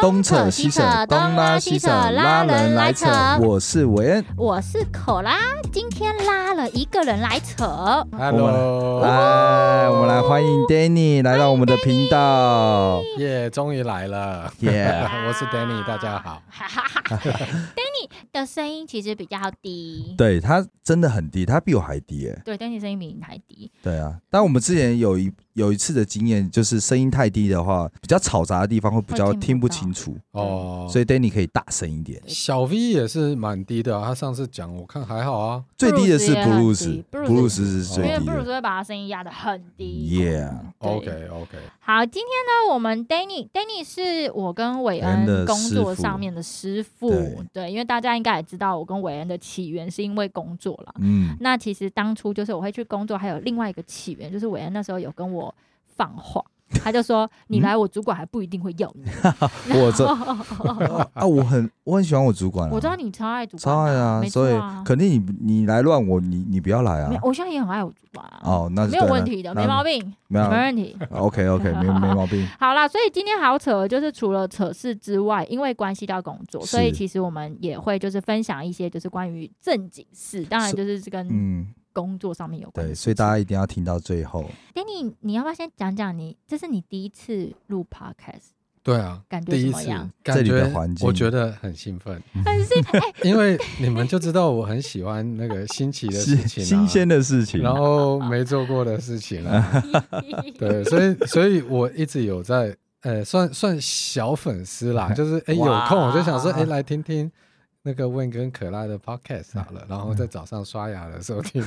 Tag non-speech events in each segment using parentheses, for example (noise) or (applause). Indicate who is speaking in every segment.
Speaker 1: 东扯西扯，东拉西扯，拉人来扯。我是韦恩
Speaker 2: 我是口啦，今天拉了一个人来扯，
Speaker 1: 啊我们
Speaker 3: Hello，
Speaker 1: 来，我们来欢迎 Danny 来到我们的频道。
Speaker 3: 耶终于来了，
Speaker 1: 耶，
Speaker 3: (laughs) 我是 Danny，大家好。
Speaker 2: 哈哈哈，Danny (laughs) 的声音其实比较低，
Speaker 1: 对他真的很低，他比我还低耶。
Speaker 2: 对，Danny 声音比你还低，
Speaker 1: 对啊，但我们之前有一有一次的经验，就是声音太低的话，比较嘈杂的地方会比较
Speaker 2: 会听
Speaker 1: 听
Speaker 2: 不
Speaker 1: 哦不
Speaker 2: 到
Speaker 1: 清楚，
Speaker 3: 哦，
Speaker 1: 嗯所以 Danny 可以大声一点。
Speaker 3: 小 V 也是蛮低的啊、他上次讲我看还好啊。
Speaker 1: 最低的是
Speaker 2: Bruce 也
Speaker 1: Bruce，
Speaker 2: 很低
Speaker 1: Bruce 是
Speaker 2: 因
Speaker 1: 最
Speaker 2: 为
Speaker 1: 低
Speaker 2: 不如
Speaker 1: 的。
Speaker 2: 会把他声音压得很低。
Speaker 1: Yeah
Speaker 2: 对
Speaker 3: OK OK，
Speaker 2: 好，今天呢，我们 Danny Danny 是我跟韦
Speaker 1: 韦恩
Speaker 2: 恩
Speaker 1: 的
Speaker 2: 工
Speaker 1: 师
Speaker 2: 作
Speaker 1: 傅
Speaker 2: 上面的师傅，
Speaker 1: 对
Speaker 2: 对，因为大家应该也知道，我跟韦恩的起源是因为工作啦。
Speaker 1: 嗯，
Speaker 2: 那其实当初就是我会去工作，还有另外一个起源，就是韦恩那时候有跟我放话，他就
Speaker 1: (laughs)
Speaker 2: 说
Speaker 1: 嗯
Speaker 2: 你来我主管还不一定会要你。
Speaker 1: 我 (laughs) 这啊，我很我很喜欢我主管啊，
Speaker 2: 我知道你超爱主管、
Speaker 1: 超爱啊
Speaker 2: 没，错
Speaker 1: 所以
Speaker 2: 啊。
Speaker 1: 肯定你你来乱我，你你不要来
Speaker 2: 没有
Speaker 1: 啊。
Speaker 2: 我现在也很爱我主管啊，
Speaker 1: 哦，那是
Speaker 2: 没有
Speaker 1: 对了
Speaker 2: 问题的，
Speaker 1: 那
Speaker 2: 没毛病，
Speaker 1: 没有
Speaker 2: 没问题。(laughs)
Speaker 1: OK OK，没没毛病。
Speaker 2: 好啦，所以今天好扯，就是除了扯事之外，因为关系到工作，
Speaker 1: 是
Speaker 2: 所以其实我们也会就是分享一些就是关于正经事，当然
Speaker 1: 是
Speaker 2: 就是跟
Speaker 1: 嗯，
Speaker 2: 工作上面有关
Speaker 1: 对，
Speaker 2: 的
Speaker 1: 所以
Speaker 2: 事情。
Speaker 1: 大家一定要听到最后。
Speaker 2: Danny，你要不要先讲讲你这是你第一次录 podcast？
Speaker 3: 对啊，
Speaker 2: 感觉
Speaker 3: 第一
Speaker 2: 怎么
Speaker 3: 次
Speaker 2: 样，哎
Speaker 1: 这
Speaker 3: 感
Speaker 1: 里
Speaker 3: 觉
Speaker 1: 的环境
Speaker 3: 我觉得很兴奋， (laughs)
Speaker 2: 但是
Speaker 3: 因为你们就知道我很喜欢那个新奇的事情、
Speaker 1: (laughs)
Speaker 3: 啊，
Speaker 1: 新鲜的事情，
Speaker 3: 然后没做过的事情啊。
Speaker 1: (laughs)
Speaker 3: 对，所 (laughs) 以所以我一直有在，呃，算算小粉丝 (laughs) 啦，就是哎、有
Speaker 2: 哇
Speaker 3: 空我就想说，哎、来听听那个问跟可拉的 podcast 好了，然后在早上刷牙的时候 (laughs) 听，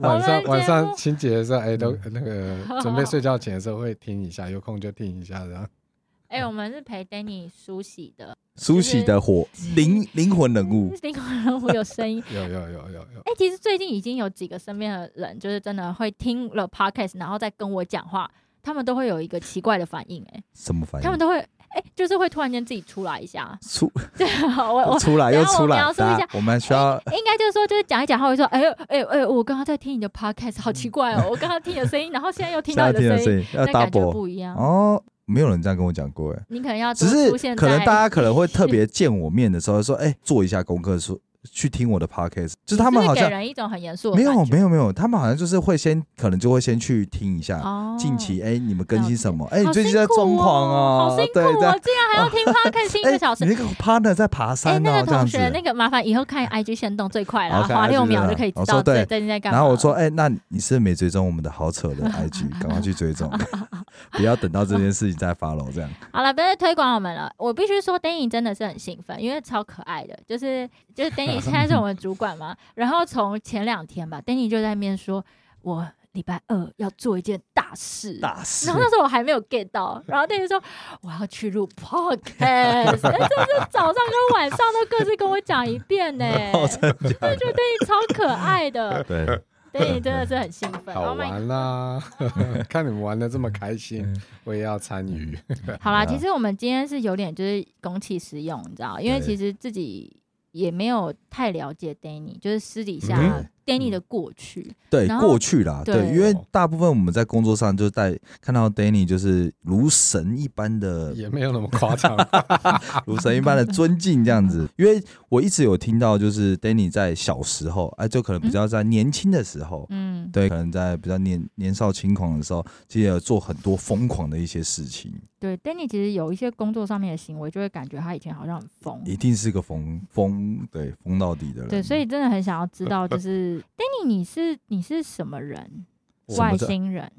Speaker 3: 晚上晚上清洁的时候，哎、都那个准备睡觉前的时候会听一下，有空就听一下这样。
Speaker 2: 哎、我们是陪 Danny 梳洗的，嗯
Speaker 1: 苏喜的火灵灵魂人物，
Speaker 2: 灵魂人物有声音。 (laughs)
Speaker 3: 有有有有有，
Speaker 2: 哎、其实最近已经有几个身边的人，就是真的会听了 podcast，然后再跟我讲话，他们都会有一个奇怪的反应、哎，
Speaker 1: 什么反
Speaker 2: 他们
Speaker 1: 应？。
Speaker 2: 都会，哎、就是会突然间自己出来一下 (laughs)
Speaker 1: 出
Speaker 2: 对，我我
Speaker 1: 出来
Speaker 2: 等
Speaker 1: 又
Speaker 2: 一哦下我
Speaker 1: 出来
Speaker 2: 描，述一
Speaker 1: 大
Speaker 2: 下哎
Speaker 1: 家我们需要
Speaker 2: 应该就是说，就是讲一讲，他会说，哎呦，哎呦，哎呦，我刚刚在听你的 podcast，好奇怪哦，我刚刚听你的声
Speaker 1: (laughs)
Speaker 2: 音，然后现在又听到
Speaker 1: 要
Speaker 2: 你
Speaker 1: 嗯听的
Speaker 2: 的声音，
Speaker 1: 声音，要
Speaker 2: 那感觉
Speaker 1: double
Speaker 2: 不一样。
Speaker 1: 哦。没有人这样跟我讲过哎，
Speaker 2: 你可能要
Speaker 1: 只
Speaker 2: 多出
Speaker 1: 是
Speaker 2: 现
Speaker 1: 可能
Speaker 2: 在
Speaker 1: 大家可能会
Speaker 2: (laughs)
Speaker 1: 特别见我面的时候说，哎，做一下功课，说去听我的 podcast，就是他们
Speaker 2: 是
Speaker 1: 好
Speaker 2: 不是给
Speaker 1: 像
Speaker 2: 人一种很严肃的
Speaker 1: 没有
Speaker 2: 感觉
Speaker 1: 没有没有，他们好像就是会先可能就会先去听一下，
Speaker 2: 哦，
Speaker 1: 近期哎、你们更新什么？哎、
Speaker 2: 好
Speaker 1: 你最近
Speaker 2: 辛
Speaker 1: 在
Speaker 2: 苦
Speaker 1: 装潢
Speaker 2: 哦
Speaker 1: 啊？
Speaker 2: 好辛苦
Speaker 1: 对对。
Speaker 2: 哦，竟然还要听 podcast 听一
Speaker 1: (laughs) 哎、
Speaker 2: 个小时
Speaker 1: 你。那个 partner 在爬
Speaker 2: 哎、
Speaker 1: 山哦、
Speaker 2: 那个
Speaker 1: 这样
Speaker 2: 同
Speaker 1: 子
Speaker 2: 学，。那个麻烦以后看 IG 先动最快啦，
Speaker 1: OK，
Speaker 2: 划
Speaker 1: IG
Speaker 2: 六秒
Speaker 1: 的
Speaker 2: 就可以知
Speaker 1: 我
Speaker 2: 道
Speaker 1: 说
Speaker 2: 这
Speaker 1: 对
Speaker 2: 最近在干嘛。
Speaker 1: 然后我说，，哎、那你是没追踪我们的好扯的
Speaker 2: (laughs)
Speaker 1: IG，赶快去追踪， (laughs) 不要等到这件事情再
Speaker 2: (laughs)
Speaker 1: follow 这样。
Speaker 2: 好了，不要再推广我们了。我必须说，Danny 真的是很兴奋，因为超可爱的，就是就是 Danny 现在是我们主管
Speaker 1: (laughs)
Speaker 2: 嘛。然后从前两天吧，Danny 就在面说，我礼拜二要做一件大事。
Speaker 1: 大事
Speaker 2: 然后那时候我还没有 get 到，然后 Danny 说我要去录 podcast，但 (laughs) 真是早上跟晚上都各自跟我讲一遍呢、
Speaker 1: 哦真的假的
Speaker 2: 就觉得 Danny 超可爱
Speaker 1: (laughs)
Speaker 2: 的
Speaker 1: 对，
Speaker 2: ，Danny 真的是很兴奋。
Speaker 3: 好
Speaker 2: Oh my
Speaker 3: 玩啦、 (laughs) 看你们玩的这么开心，我也要参与。
Speaker 2: 好啦，
Speaker 1: 对啊
Speaker 2: 其实我们今天是有点就是公器私用，你知道，因为其实自己也没有太了解 Danny，就是私底下
Speaker 1: 嗯
Speaker 2: Danny 的过去。
Speaker 1: 对，
Speaker 2: 然后
Speaker 1: 过去啦，对
Speaker 2: 对，
Speaker 1: 因为大部分我们在工作上就在看到 Danny 就是如神一般的
Speaker 3: 也没有那么夸张，
Speaker 1: 如神一般的尊敬这样
Speaker 2: (laughs)
Speaker 1: 子。因为我一直有听到，就是 Danny 在小时候，哎、就可能比较在年轻的时候，
Speaker 2: 嗯，
Speaker 1: 对，可能在比较年年少轻狂的时候，其实有做很多疯狂的一些事情，
Speaker 2: 对，Danny 其实有一些工作上面的行为，就会感觉他以前好像很疯。
Speaker 1: 一定是个疯疯，对，疯到底的人。
Speaker 2: 对，所以真的很想要知道，
Speaker 1: (laughs)
Speaker 2: 就是 Danny 你是你是什么人？
Speaker 1: 什么
Speaker 2: 外
Speaker 1: 的
Speaker 2: 星人？ (laughs)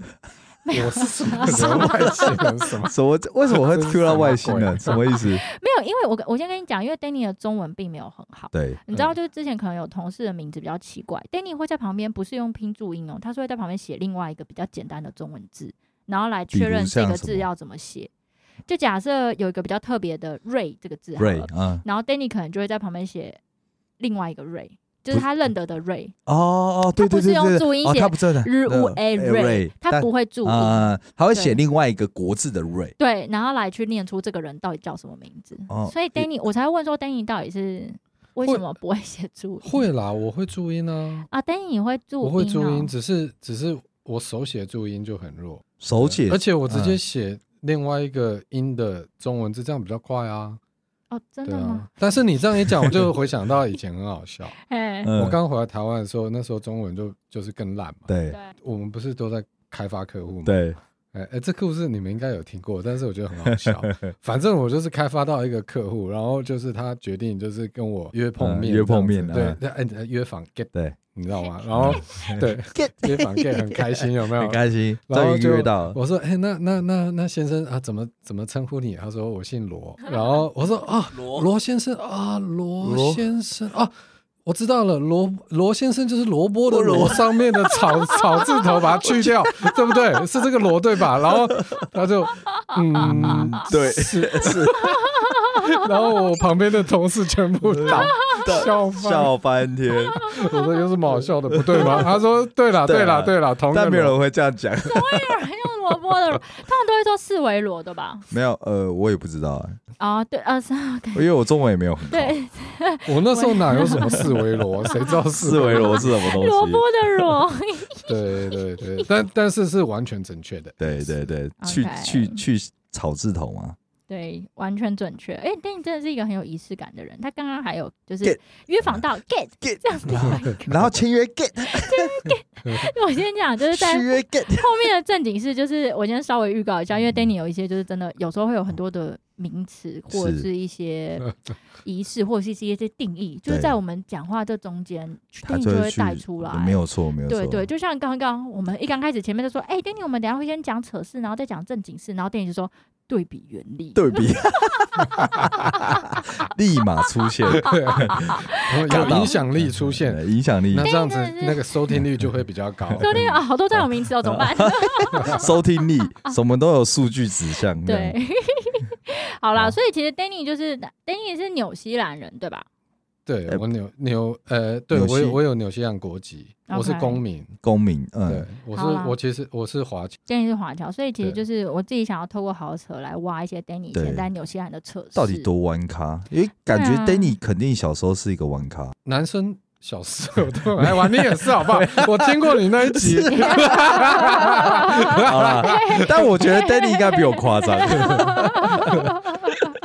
Speaker 3: 我是什么什么外星人什么？
Speaker 1: 什么？为什么会 Q 到外星人？
Speaker 3: 这是
Speaker 1: 什么意
Speaker 3: (laughs)
Speaker 1: 思？
Speaker 2: 没有，因为我跟我先跟你讲，因为 Danny 的中文并没有很好。
Speaker 1: 对，
Speaker 2: 你知道，就是之前可能有同事的名字比较奇怪、d a n n y 会在旁边不是用拼注音哦，他是会在旁边写另外一个比较简单的中文字，然后来确认这个字要怎么写。就假设有一个比较特别的“瑞”这个字好
Speaker 1: 瑞
Speaker 2: 了，
Speaker 1: 啊，
Speaker 2: 然后 Danny 可能就会在旁边写另外一个“瑞”，就是他认得的“瑞
Speaker 1: 哦哦，对
Speaker 2: 他不
Speaker 1: 对
Speaker 2: 是
Speaker 1: 对对
Speaker 2: 用
Speaker 1: 对，
Speaker 2: 注音
Speaker 1: 哦
Speaker 2: 写
Speaker 1: 他不是”，
Speaker 2: 日
Speaker 1: (laughs) 那
Speaker 2: 乌
Speaker 1: 个
Speaker 2: a 瑞，他
Speaker 1: 哎但
Speaker 2: 不会注音，
Speaker 1: 啊，他会写
Speaker 2: 对
Speaker 1: 另外一个国字的瑞。
Speaker 2: 对，然后来去念出这个人到底叫什么名字。
Speaker 1: 哦
Speaker 2: 所以 Danny 我才会问说，Danny 到底是为
Speaker 3: 会
Speaker 2: 什么不会写注音？
Speaker 3: (laughs) 会啦，我会注音啊，
Speaker 2: 啊，Danny 你会注音、
Speaker 3: 我
Speaker 2: 哦？
Speaker 3: 会注音，只是只是我手写注音就很弱，
Speaker 1: 手写
Speaker 3: 而且我直接
Speaker 1: 嗯
Speaker 3: 写另外一个音的中文字，这样比较快啊。
Speaker 2: 哦，真
Speaker 3: 对
Speaker 2: 的
Speaker 3: 啊
Speaker 2: 吗？，
Speaker 3: 但是你这样一讲，我就回想到以前很
Speaker 1: (laughs)
Speaker 3: 好笑。
Speaker 2: 哎、
Speaker 1: 嗯
Speaker 3: 我刚回来台湾的时候，那时候中文就就是更烂嘛。
Speaker 1: 对
Speaker 2: 对，
Speaker 3: 我们不是都在开发客户吗？。
Speaker 1: 对，
Speaker 3: 哎哎，这客户是你们应该有听过，但是我觉得很好笑。反正我就是开发到一个客户，然后就是他决定就是跟我约碰面这样
Speaker 1: 嗯
Speaker 3: 子，
Speaker 1: 约碰面
Speaker 3: 对
Speaker 1: 嗯，
Speaker 3: 那哎呃约访 get，
Speaker 1: 对，
Speaker 3: 你知道吗？然后对
Speaker 1: Get
Speaker 3: 约访 get 很开心，有没有
Speaker 1: 很？开心，
Speaker 3: 然后
Speaker 1: 终于
Speaker 3: 就
Speaker 1: 遇到
Speaker 3: (laughs)
Speaker 1: 了。
Speaker 3: 我说，哎，那那那那先生啊，怎么怎么称呼你？他说我姓罗。然后我说啊，
Speaker 1: 罗
Speaker 3: 罗先生啊，罗
Speaker 1: 罗
Speaker 3: 先生啊。我知道了，罗罗先生就是萝卜的
Speaker 1: 菠萝
Speaker 3: 萝上面的
Speaker 1: (laughs)
Speaker 3: 草草字头，把它去掉，对不对？是这个罗对吧？然后他就嗯，
Speaker 1: (laughs) 对，是是
Speaker 3: 然后我旁边的同事全部打笑翻，
Speaker 1: 笑翻
Speaker 3: (laughs)
Speaker 1: 天，
Speaker 3: 我说有什么好笑的，不对吗？他说对啦，对
Speaker 1: 对啊
Speaker 3: 啦，对啦，同一个
Speaker 1: 但没有
Speaker 3: 罗
Speaker 1: 人会这样讲。
Speaker 2: 有人用萝卜的萝，他们都会说四维罗的吧？
Speaker 1: 没有，呃，我也不知道啊，
Speaker 2: 啊，对，啊，是啊
Speaker 1: 因为我中文也没有很好。
Speaker 3: (laughs)
Speaker 2: 对，
Speaker 3: 我那时候哪有什么四维
Speaker 1: (laughs)
Speaker 3: 罗，谁知道四
Speaker 1: 四维罗是什么东
Speaker 2: 萝
Speaker 1: 西
Speaker 2: 卜？的萝， (laughs)
Speaker 3: (laughs) 对对对，但但是是完全正确的。
Speaker 1: 对对对，去
Speaker 2: OK
Speaker 1: 去去草字头嘛。
Speaker 2: 对，完全准确。哎、但你真的是一个很有仪式感的人。他刚刚还有就是
Speaker 1: Get
Speaker 2: 约访到 get
Speaker 1: Get
Speaker 2: 这样子 (laughs) 一个。
Speaker 1: 然后签约 get，
Speaker 2: 我先讲，就是在
Speaker 1: 续约 get，
Speaker 2: 后面的正经事，就是我先稍微预告一
Speaker 1: 嗯
Speaker 2: 下，因为 Danny 有一些就是真的有时候会有很多的名词或者
Speaker 1: 是
Speaker 2: 是一些仪式或者是一些定义，就是
Speaker 1: 对
Speaker 2: 在我们讲话这中间
Speaker 1: 他
Speaker 2: ，Danny 就会
Speaker 1: 去
Speaker 2: 带出来。
Speaker 1: 没有错，没有错。
Speaker 2: 对对，就像刚刚我们一刚开始前面就说，哎、d a n n y 我们等一下会先讲扯事，然后再讲正经事，然后 Danny 就说对比原理。
Speaker 1: 对
Speaker 2: (laughs)
Speaker 1: 比，立马出
Speaker 3: (laughs)
Speaker 1: 现，
Speaker 3: 有有影响力出现，
Speaker 1: 对影响力 (laughs)
Speaker 3: 那，这样子
Speaker 2: 哎真的是
Speaker 3: 那个收听率就会比较高。
Speaker 2: 昨天啊，好多专有名词哦，怎么办？
Speaker 1: 收听力，什么都有数据指向。这样 (laughs)
Speaker 2: 对，，好啦，
Speaker 1: 好
Speaker 2: 所以其实 Danny 就是 Danny 是纽西兰人对吧？
Speaker 3: 对
Speaker 1: 哎
Speaker 3: 我纽纽呃，对
Speaker 1: 纽西
Speaker 3: 我有我有纽西兰国籍，我是
Speaker 2: OK
Speaker 3: 公民。
Speaker 1: 公民，
Speaker 3: 对
Speaker 1: 嗯，，
Speaker 3: 我是
Speaker 2: 好啦
Speaker 3: 我其实我是华侨，
Speaker 2: Danny 是华侨，所以其实
Speaker 3: 对
Speaker 2: 就是我自己想要透过豪车来挖一些 Danny 以
Speaker 1: 对
Speaker 2: 前在纽西兰的扯事。
Speaker 1: 到底多玩咖？因为感觉
Speaker 2: 对啊
Speaker 1: Danny 肯定小时候是一个玩咖，
Speaker 3: 男生小时
Speaker 1: (laughs)
Speaker 3: 候 (laughs) 都很爱玩，你也是好不好？我听过你那一集，
Speaker 1: 啊 (laughs) 好啦，但我觉得 Danny 应该比我夸张，
Speaker 3: (laughs)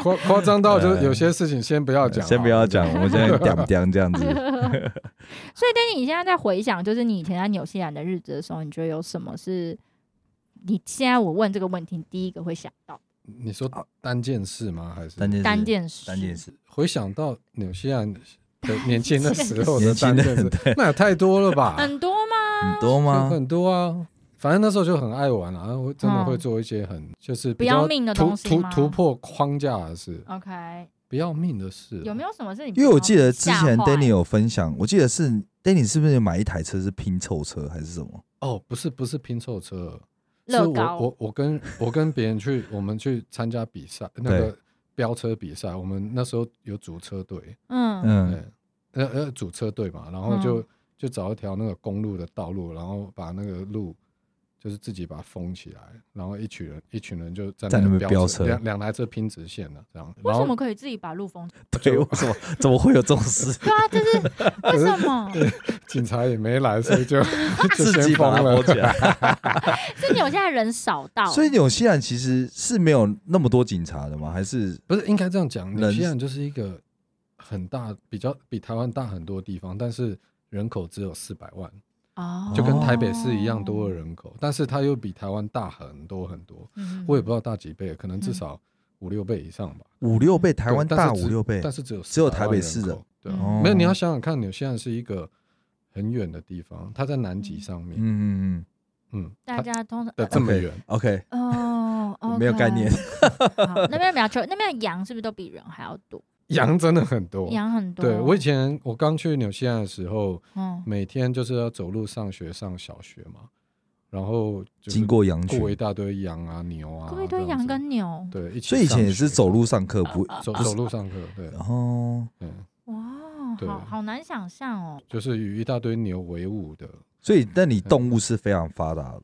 Speaker 3: 夸夸张到就是有些事情先不要讲，
Speaker 1: 呃先不要 (laughs) 讲，我啊们现在屌屌这样子。 (laughs)
Speaker 2: 所以 Danny 你现在在回想，就是你以前在纽西兰的日子的时候，你觉得有什么是你现在我问这个问题，第一个会想到
Speaker 3: 你说单件事吗？还是
Speaker 1: 单件事
Speaker 2: 单件事？
Speaker 1: 单件事，
Speaker 3: 回想到纽西
Speaker 2: (laughs)
Speaker 3: 兰的年轻的时候的
Speaker 1: 年轻
Speaker 3: 单
Speaker 1: 的
Speaker 3: 件事，那也太多了
Speaker 2: (laughs)
Speaker 3: 吧？
Speaker 2: 很多吗？
Speaker 1: 很多吗？
Speaker 3: 很多啊。反正那时候就很爱玩啊，然后真的
Speaker 2: 嗯
Speaker 3: 会做一些很就是
Speaker 2: 不
Speaker 3: 比较
Speaker 2: 要命的
Speaker 3: 突
Speaker 2: 东西
Speaker 3: 突
Speaker 2: 吗
Speaker 3: 突破框架的事，
Speaker 2: OK，
Speaker 3: 不要命的事。啊
Speaker 2: 有没有什么是你？
Speaker 1: 因为我记得之前 Danny 有分享，我记得是 Danny 是不是买一台车是拼凑车还是什么？
Speaker 3: 哦，不是不是拼凑车，是
Speaker 2: 乐
Speaker 3: 我
Speaker 2: 高
Speaker 3: 我我跟我跟别人去，我们去参加比赛，那个飙车比赛，我们那时候有组车队，
Speaker 2: 嗯
Speaker 1: 嗯，
Speaker 3: 嗯，呃呃组车队嘛，然后就
Speaker 2: 嗯
Speaker 3: 就找一条那个公路的道路，然后把那个路就是自己把它封起来，然后一群人一群人就在
Speaker 1: 在那
Speaker 3: 边
Speaker 1: 边飙
Speaker 3: 飙
Speaker 1: 车
Speaker 3: 两两台车拼直线的这样，
Speaker 2: 为
Speaker 3: 然
Speaker 2: 什
Speaker 3: 后
Speaker 2: 么可以自己把路封？
Speaker 1: 对，为什么 (laughs) 怎么会有这种事？
Speaker 2: 对啊，这
Speaker 1: (laughs)
Speaker 2: 是为什么？
Speaker 3: 警察也没来，所
Speaker 1: (laughs)
Speaker 3: 以就 (laughs) 就
Speaker 1: 自己
Speaker 3: 先
Speaker 1: 把
Speaker 3: 封
Speaker 1: 它
Speaker 3: 了
Speaker 1: 包。起
Speaker 3: (laughs)
Speaker 1: 来。
Speaker 2: 是纽西兰人少到，
Speaker 1: 所以纽西兰其实是没有那么多警察的吗？还是
Speaker 3: 不是应该这样讲，纽
Speaker 1: 人
Speaker 3: 西兰就是一个很大，比较比台湾大很多地方，但是人口只有四百万，
Speaker 2: 哦
Speaker 3: 就跟台北市一样多
Speaker 1: 哦
Speaker 3: 的人口，但是它又比台湾大很多很多。
Speaker 2: 嗯
Speaker 3: 我也不知道大几倍，可能至少五六倍以上吧。
Speaker 1: 五六倍？台湾
Speaker 3: 对但
Speaker 1: 大
Speaker 3: 是只
Speaker 1: 五六倍？
Speaker 3: 但是只有
Speaker 1: 只有
Speaker 3: 400万
Speaker 1: 台北市的
Speaker 3: 人口，对啊，
Speaker 2: 哦
Speaker 3: 没有你要想想看，纽西兰是一个很远的地方，它在南极上面，
Speaker 1: 嗯嗯
Speaker 3: 嗯，
Speaker 2: 大家通常
Speaker 3: 它的这么
Speaker 1: OK
Speaker 3: 远，
Speaker 1: 嗯，OK，
Speaker 2: 哦，
Speaker 1: 我没有
Speaker 2: OK
Speaker 1: 概念。
Speaker 2: 好那边比较穷，那边的羊是不是都比人还要多？
Speaker 3: 羊真的很多。
Speaker 2: 羊很多。
Speaker 3: 对我以前啊我刚去纽西兰的时候，
Speaker 2: 嗯，
Speaker 3: 每天就是要走路上学上小学嘛，然后就是
Speaker 1: 经过羊群
Speaker 3: 过，一大堆羊啊牛啊，
Speaker 2: 过一堆
Speaker 3: 这样
Speaker 2: 羊
Speaker 3: 子
Speaker 2: 跟牛，
Speaker 3: 对，一起
Speaker 1: 所以以前也
Speaker 3: 上学
Speaker 1: 是走哦路上课，不
Speaker 3: 走走路上课，对，
Speaker 1: 然后，
Speaker 3: 嗯，
Speaker 2: 哇，
Speaker 3: 对
Speaker 2: 好好难想象哦。
Speaker 3: 就是与一大堆牛为伍的。
Speaker 1: 所以那你动物是非常发
Speaker 3: 嗯
Speaker 1: 达的，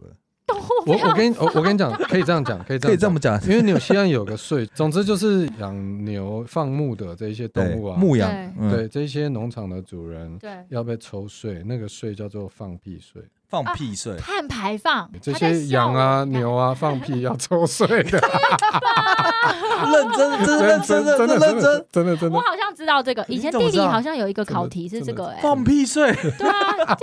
Speaker 3: 我我跟你我我跟你讲，可以这样讲，可以这
Speaker 1: 可以
Speaker 3: 样
Speaker 1: 这么
Speaker 3: 讲。
Speaker 1: 讲，
Speaker 3: (laughs) 因为纽西兰有个税， (laughs) 总之就是养牛、放牧的这一些动
Speaker 1: 对，
Speaker 3: 物啊，
Speaker 1: 牧羊
Speaker 2: 对，
Speaker 1: 嗯，
Speaker 3: 对这一些农场的主人
Speaker 2: 对，
Speaker 3: 要被抽税，那个税叫做放屁税。
Speaker 1: 放屁税，
Speaker 2: 碳排放，
Speaker 3: 这
Speaker 2: 他在
Speaker 3: 些
Speaker 2: 笑
Speaker 3: 羊啊、
Speaker 2: 我
Speaker 3: 牛啊放屁要抽税的，
Speaker 1: (laughs) 认 (laughs)
Speaker 3: (laughs)
Speaker 1: 真，这是认真，
Speaker 3: 真的
Speaker 1: 认真，认真，
Speaker 3: 真的真的
Speaker 2: 我，好像知道这个，以前
Speaker 1: 你怎么
Speaker 2: 地
Speaker 1: 知
Speaker 2: 理
Speaker 1: 道
Speaker 2: 好像有一个考
Speaker 3: 真的
Speaker 2: 题是这
Speaker 3: 真的
Speaker 2: 个、欸，
Speaker 1: 放屁税，
Speaker 2: 对啊，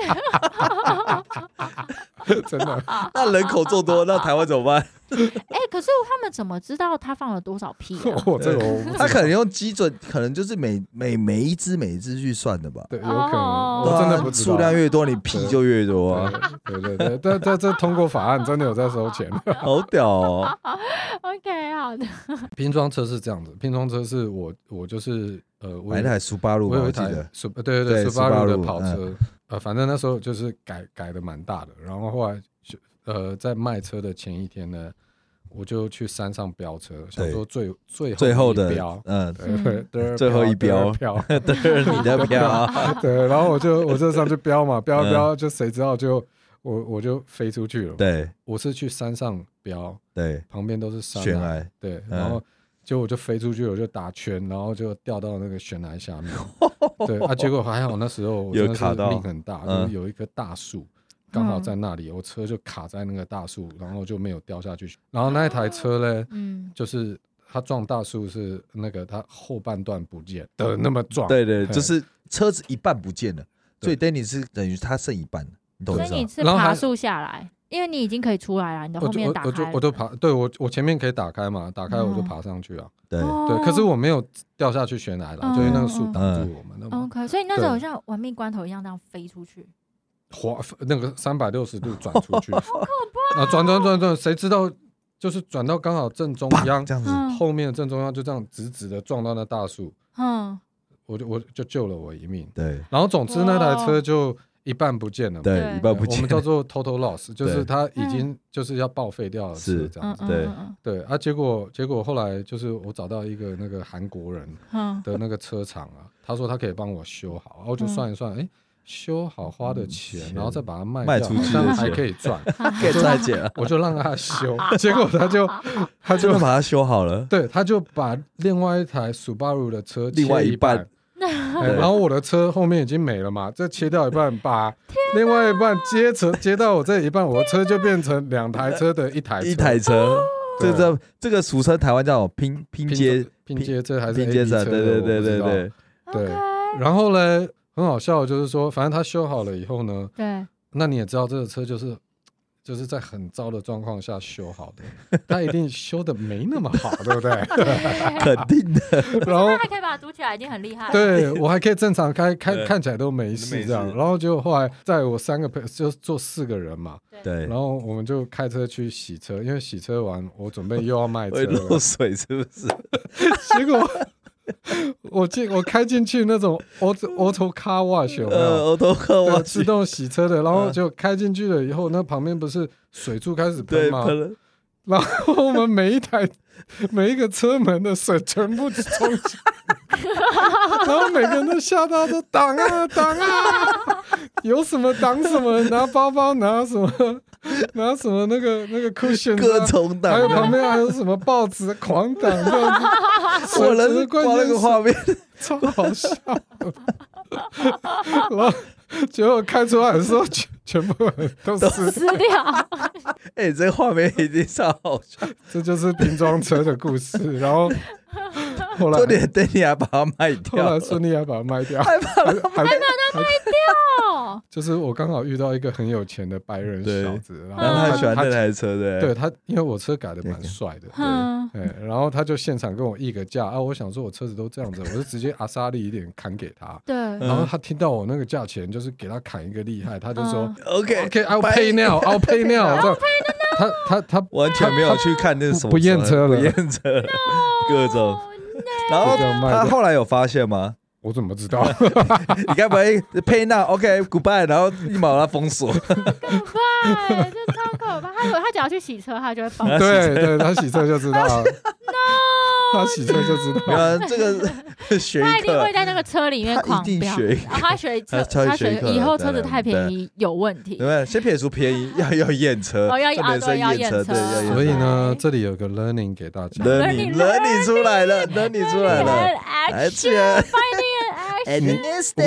Speaker 3: 真的，
Speaker 1: 那人口众多， (laughs) 那台湾怎么办？
Speaker 2: 哎、可是他们怎么知道他放了多少
Speaker 3: (laughs)
Speaker 2: 屁、啊？
Speaker 3: 我这个我不知
Speaker 1: 他可能用基准，可能就是每每每一只每一只去算的吧。
Speaker 3: 对，有可能，
Speaker 2: 哦
Speaker 1: 对
Speaker 3: 我
Speaker 1: 啊
Speaker 3: 真的不知道。
Speaker 1: 数量越多，你屁就越多啊，
Speaker 3: 对对对，但但这通过法案真的有在收钱。 (laughs)
Speaker 1: (laughs) 好屌哦！
Speaker 2: OK，好的，
Speaker 3: 拼装车是这样子，拼装车是我我就是呃，我
Speaker 1: 买一台苏巴鲁
Speaker 3: 我
Speaker 1: 吧，
Speaker 3: 有
Speaker 1: 我
Speaker 3: 一
Speaker 1: 记
Speaker 3: 台
Speaker 1: 得。
Speaker 3: 苏呃对
Speaker 1: 对
Speaker 3: 对苏巴
Speaker 1: Subaru，嗯
Speaker 3: 鲁的跑车，呃，反正那时候就是改改的蛮大的，然后后来就呃在卖车的前一天呢，我就去山上飙车，想说最最
Speaker 1: 最后的
Speaker 3: 一飙，
Speaker 1: (laughs) 嗯，
Speaker 3: 对
Speaker 1: (laughs)
Speaker 3: 对，
Speaker 1: 最后一
Speaker 3: 飙
Speaker 1: 飙 (laughs)
Speaker 3: 飙，
Speaker 1: 得是你的
Speaker 3: (laughs)
Speaker 1: 票，
Speaker 3: 对，然后我就我就上去飙嘛，飙
Speaker 1: 嗯
Speaker 3: 一飙，就谁知道就我我就飞出去了。
Speaker 1: 对
Speaker 3: 我是去山上飙，
Speaker 1: 对，
Speaker 3: 旁边都是山、
Speaker 1: 悬
Speaker 3: 啊，
Speaker 1: 崖，
Speaker 3: 对，
Speaker 1: 嗯
Speaker 3: 然后结果我就飞出去，我就打圈，然后就掉到那个悬崖
Speaker 1: (laughs)
Speaker 3: 下面。对啊，结果还好那时候我
Speaker 1: 有
Speaker 3: 真的是
Speaker 1: 卡到
Speaker 3: 命很大，
Speaker 1: 嗯
Speaker 3: 就是有一棵大树。刚好在那里，我车就卡在那个大树，然后就没有掉下去。然后那一台车嘞，
Speaker 2: 嗯，
Speaker 3: 就是它撞大树是那个它后半段不见的那么撞，
Speaker 1: 对对，
Speaker 3: 嘿
Speaker 1: 就是车子一半不见了，所以
Speaker 3: 对
Speaker 1: Danny 是等于他剩一半了，你懂
Speaker 2: 所以
Speaker 1: 意思
Speaker 2: 你
Speaker 1: 吗？
Speaker 2: 是
Speaker 3: 然后
Speaker 2: 爬
Speaker 3: 还
Speaker 2: 树下来，因为你已经可以出来了，你的
Speaker 3: 我
Speaker 2: 后
Speaker 3: 就
Speaker 2: 面
Speaker 3: 我
Speaker 2: 打开
Speaker 3: 我就我就爬，对我我前面可以打开嘛，打开我就
Speaker 2: 嗯哦
Speaker 3: 爬上去啊。
Speaker 1: 对，
Speaker 3: 对，可是我没有掉下去悬崖了，就是那个树挡
Speaker 1: 嗯
Speaker 3: 住我们，那么
Speaker 2: OK，所以那时候
Speaker 3: 对
Speaker 2: 好像玩命关头一样这样飞出去，
Speaker 3: 滑那个三百六十度转出
Speaker 2: (laughs)
Speaker 3: 去，啊，转转转
Speaker 2: 哦
Speaker 3: 转，谁知道就是转到刚好正中央
Speaker 1: 这，样子，
Speaker 2: 嗯
Speaker 3: 后面的正中央就这样直直的撞到那大树，
Speaker 2: 嗯，
Speaker 3: 我就我就救了我一命。
Speaker 1: 对
Speaker 3: 然后总之那台
Speaker 2: 哇
Speaker 3: 车就一半不见了嘛，
Speaker 1: 对，
Speaker 2: 对
Speaker 1: 一半不
Speaker 3: 我
Speaker 1: 见
Speaker 3: 们
Speaker 1: 了，
Speaker 3: 叫做 total loss，就
Speaker 1: 对
Speaker 3: 是它已经就是要报废掉了，
Speaker 1: 是
Speaker 3: 这
Speaker 2: 嗯
Speaker 3: 样子。
Speaker 2: 嗯
Speaker 1: 对
Speaker 2: 嗯
Speaker 3: 对啊，结果结果后来就是我找到一个那个韩国人，
Speaker 2: 嗯
Speaker 3: (laughs) 的那个车厂啊，他说他可以帮我修好，然后我就
Speaker 2: 嗯
Speaker 3: 算一算，哎、修好花的钱，
Speaker 1: 嗯钱
Speaker 3: 然后再把它卖
Speaker 1: 卖
Speaker 3: 掉
Speaker 1: 出
Speaker 3: 好
Speaker 1: 去
Speaker 3: 像
Speaker 1: 的
Speaker 3: 还
Speaker 1: 钱
Speaker 3: 可以赚，
Speaker 1: 可以 (laughs) 再见了，
Speaker 3: 我就让他修，结果他就他
Speaker 1: 真
Speaker 3: 就
Speaker 1: 的把它修好
Speaker 3: (laughs)
Speaker 1: 了，
Speaker 3: 对，他就把另外一台 Subaru 的车
Speaker 1: 另外
Speaker 3: 切
Speaker 1: 一
Speaker 3: 一
Speaker 1: 半
Speaker 3: 哎然后我的车后面已经没了嘛，这切掉一半，把另外一半接成接到我这一半，我的车就变成两台车的一台车
Speaker 1: 一台车，这
Speaker 3: 对啊
Speaker 1: 这这个俗称台湾叫拼拼
Speaker 3: 拼
Speaker 1: 接
Speaker 3: 接拼接车还是
Speaker 1: 拼接
Speaker 3: AB
Speaker 1: 车，
Speaker 3: 车
Speaker 1: 对对对对
Speaker 3: 我不知道
Speaker 1: 对，
Speaker 2: 嗯
Speaker 3: 对
Speaker 2: ，OK，
Speaker 3: 然后呢，很好笑，就是说，反正他修好了以后呢，
Speaker 2: 对，
Speaker 3: 那你也知道，这个车就是就是在很糟的状况下修好
Speaker 1: (laughs)
Speaker 3: 的，它一定修的没那么好，对不对？
Speaker 1: 肯定的，
Speaker 3: (laughs) 然后
Speaker 2: 那还可以把它堵起来，已经很厉害了。
Speaker 3: 对我还可以正常开，
Speaker 1: 对
Speaker 3: 看看起来都没事这
Speaker 1: 没
Speaker 3: 样。
Speaker 1: 事
Speaker 3: 然后结果后来在我三个朋友，就是坐四个人嘛，
Speaker 1: 对
Speaker 3: 然，后我们就开车去洗车，因为洗车完我准备又要卖车
Speaker 1: 会漏
Speaker 3: 了，
Speaker 1: 水是不是？
Speaker 3: 结果。 (laughs) 我进我开进去那种 auto auto car wash 有没有
Speaker 1: 呃，？我都喝
Speaker 3: 对
Speaker 1: (laughs) 我
Speaker 3: 自
Speaker 1: 去，
Speaker 3: 动洗车的，然后
Speaker 1: 嗯
Speaker 3: 就开进去了以后，那旁边不是水柱开始
Speaker 1: 对，
Speaker 3: 喷吗？
Speaker 1: 喷了，
Speaker 3: 然后我们每一台 (laughs) 每一个车门的水全部冲进来，然后每个人都吓到说挡啊 (laughs) 挡啊，有什么挡什么，拿包包拿什么 (laughs) 拿什么那个那个 cushion 啊
Speaker 1: 各种
Speaker 3: 还有旁
Speaker 1: 档，
Speaker 3: 边还有什么报纸狂挡这样子，
Speaker 1: (laughs) 我
Speaker 3: 水只
Speaker 1: 能
Speaker 3: 是关
Speaker 1: 挂那
Speaker 3: 键
Speaker 1: 个
Speaker 3: 是
Speaker 1: 画面， (laughs)
Speaker 3: 超好笑。 (laughs) 然后结果开出来的时候，全全部人都是，
Speaker 2: 撕掉，
Speaker 1: 哎，这个画面已经超好
Speaker 3: (laughs)
Speaker 1: 笑。
Speaker 3: 这就是拼装车的故事。然后后
Speaker 1: (laughs)
Speaker 3: 来
Speaker 1: 重点 Danny 还把它卖
Speaker 3: 后来
Speaker 1: 掉，
Speaker 3: 顺利还把它卖掉，
Speaker 1: 还把
Speaker 3: 还还
Speaker 1: (laughs)
Speaker 2: 哦，
Speaker 3: 就是我刚好遇到一个很有钱的白人小子，然后
Speaker 1: 然后嗯他很喜欢哦那
Speaker 3: 他
Speaker 1: 台车，对不
Speaker 3: 对
Speaker 1: 对，
Speaker 3: 他，因为我车改的蛮帅的。
Speaker 2: 嗯，
Speaker 3: 哎，然后他就现场跟我议个价啊！我想说，我车子都这样子，我就直接阿莎利一点砍给他。
Speaker 2: 对，
Speaker 1: 嗯
Speaker 3: 然后他听到我那个价钱，就是给他砍一个厉害，他就说
Speaker 2: 嗯
Speaker 1: OK，
Speaker 3: OK，I'll pay
Speaker 1: (laughs)
Speaker 3: now，I'll pay now。这样，他他他
Speaker 1: 完全没有去看那是什么
Speaker 3: 不验车了
Speaker 1: 不验车
Speaker 2: (laughs)
Speaker 1: 了，各种。
Speaker 2: 哦
Speaker 1: 然后
Speaker 3: 就这样卖掉
Speaker 1: 他后来有发现吗？
Speaker 2: (laughs)
Speaker 3: 我怎么知道？
Speaker 1: 你该不会配那 OK goodbye，然后立马把它
Speaker 2: (laughs)
Speaker 1: 封锁？
Speaker 2: 对，这超可怕。他有他只要去洗车，他就会爆。
Speaker 1: 他洗
Speaker 3: (laughs) 对对，他洗车就知道了， (laughs) 他洗车就知
Speaker 1: 没
Speaker 3: 道。
Speaker 1: 有，啊
Speaker 2: (laughs)
Speaker 1: 这个学
Speaker 2: 他
Speaker 1: 一
Speaker 2: 一定
Speaker 1: 课
Speaker 2: 会。在那个车里面
Speaker 1: 他
Speaker 2: 狂
Speaker 1: 一定
Speaker 2: 飙，
Speaker 1: 学
Speaker 2: 然后他学车，
Speaker 1: 他他
Speaker 2: 他
Speaker 1: 学一
Speaker 2: 学
Speaker 1: 个
Speaker 2: 以后车
Speaker 1: 当
Speaker 2: 子
Speaker 1: 然
Speaker 2: 太便宜有问题
Speaker 1: 对不。对？先撇除便宜，要要验车，
Speaker 2: 哦要
Speaker 1: 重点
Speaker 2: 啊
Speaker 1: 是
Speaker 2: 对要
Speaker 1: 验车，
Speaker 2: 验车
Speaker 1: 对，要验
Speaker 3: 所以
Speaker 1: 车。
Speaker 3: 呢，这里有个 learning 给大
Speaker 2: (laughs)
Speaker 3: 家，
Speaker 2: Learning，
Speaker 1: learning learning 出来了，learning 出来了，
Speaker 2: Action，
Speaker 1: 而且
Speaker 2: finding an
Speaker 1: 你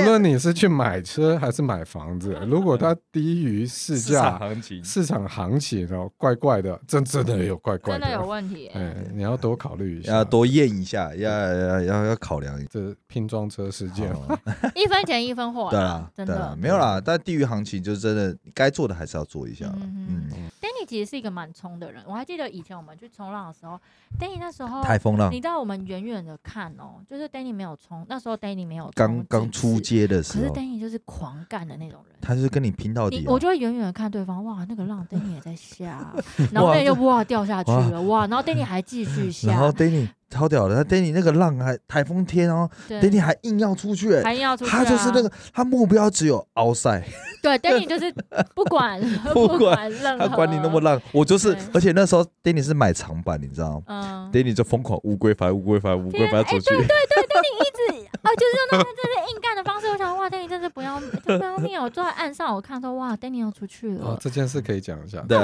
Speaker 3: 无论你是去买车还是买房子，如果它低于市
Speaker 4: 市
Speaker 3: 价
Speaker 4: 场、行情，
Speaker 3: 市场行情哦，怪怪的，真真的有怪怪
Speaker 2: 真
Speaker 3: 的，
Speaker 2: 的有问题、欸。
Speaker 3: 哎，你要多考虑一下，
Speaker 1: 要多验一下，要要要要考量一下。
Speaker 3: 这拼装车事件，
Speaker 1: 哦
Speaker 2: 一分钱一分货
Speaker 1: 对啦
Speaker 2: 啦，，
Speaker 1: 对
Speaker 2: 真
Speaker 1: 啦
Speaker 2: 的，。
Speaker 1: 没有啦，但地域行情就真的该做的还是要做一下啦。
Speaker 2: 嗯
Speaker 1: 嗯，
Speaker 2: Danny 其实是一个蛮冲的人，我还记得以前我们去冲浪的时候，Danny 那时候，
Speaker 1: 台风浪
Speaker 2: 哦你知道我们远远的看哦，就是 Danny 没有冲，那时候 Danny 没有冲
Speaker 1: 刚
Speaker 2: 几
Speaker 1: 刚出
Speaker 2: 哦次
Speaker 1: 街的
Speaker 2: 可
Speaker 1: 时
Speaker 2: 是
Speaker 1: 候，
Speaker 2: Danny 就是狂干的那种人。
Speaker 1: 他就是跟你拼到底
Speaker 2: 你
Speaker 1: 啊。
Speaker 2: 我就会远远的看对方，哇，那个浪 Danny 也在
Speaker 1: (laughs)
Speaker 2: 下，然后 Danny 就哇掉下去
Speaker 1: 哇
Speaker 2: 了，哇，然后 Danny 还继
Speaker 1: (laughs)
Speaker 2: 续
Speaker 1: 然后
Speaker 2: 下，
Speaker 1: Danny 超屌的，他 Danny 那个浪还台风天哦
Speaker 2: 对
Speaker 1: ，Danny 还硬要出去欸，
Speaker 2: 还硬要出去、啊，
Speaker 1: 他就是那个他目标只有
Speaker 2: (laughs)
Speaker 1: outside，
Speaker 2: 对 Danny 就是不管
Speaker 1: (laughs) 不管
Speaker 2: 管任何，
Speaker 1: 他管你那么浪，我就是
Speaker 2: 对，
Speaker 1: 而且那时候 Danny 是买长板，你知道吗
Speaker 2: 嗯，
Speaker 1: ？Danny 就疯狂乌龟翻乌龟翻乌龟
Speaker 2: 天
Speaker 1: 翻
Speaker 2: 啊，
Speaker 1: 出
Speaker 2: 对
Speaker 1: 去
Speaker 2: 对，对，Danny 一直啊，就是用那种真是硬干的方式，我想哇，Danny 真是不要就不要命哦！我坐在岸上，我看说哇，Danny 要出去
Speaker 3: 哦
Speaker 2: 了，，
Speaker 3: 这件事可以讲一下。
Speaker 1: (laughs) 对，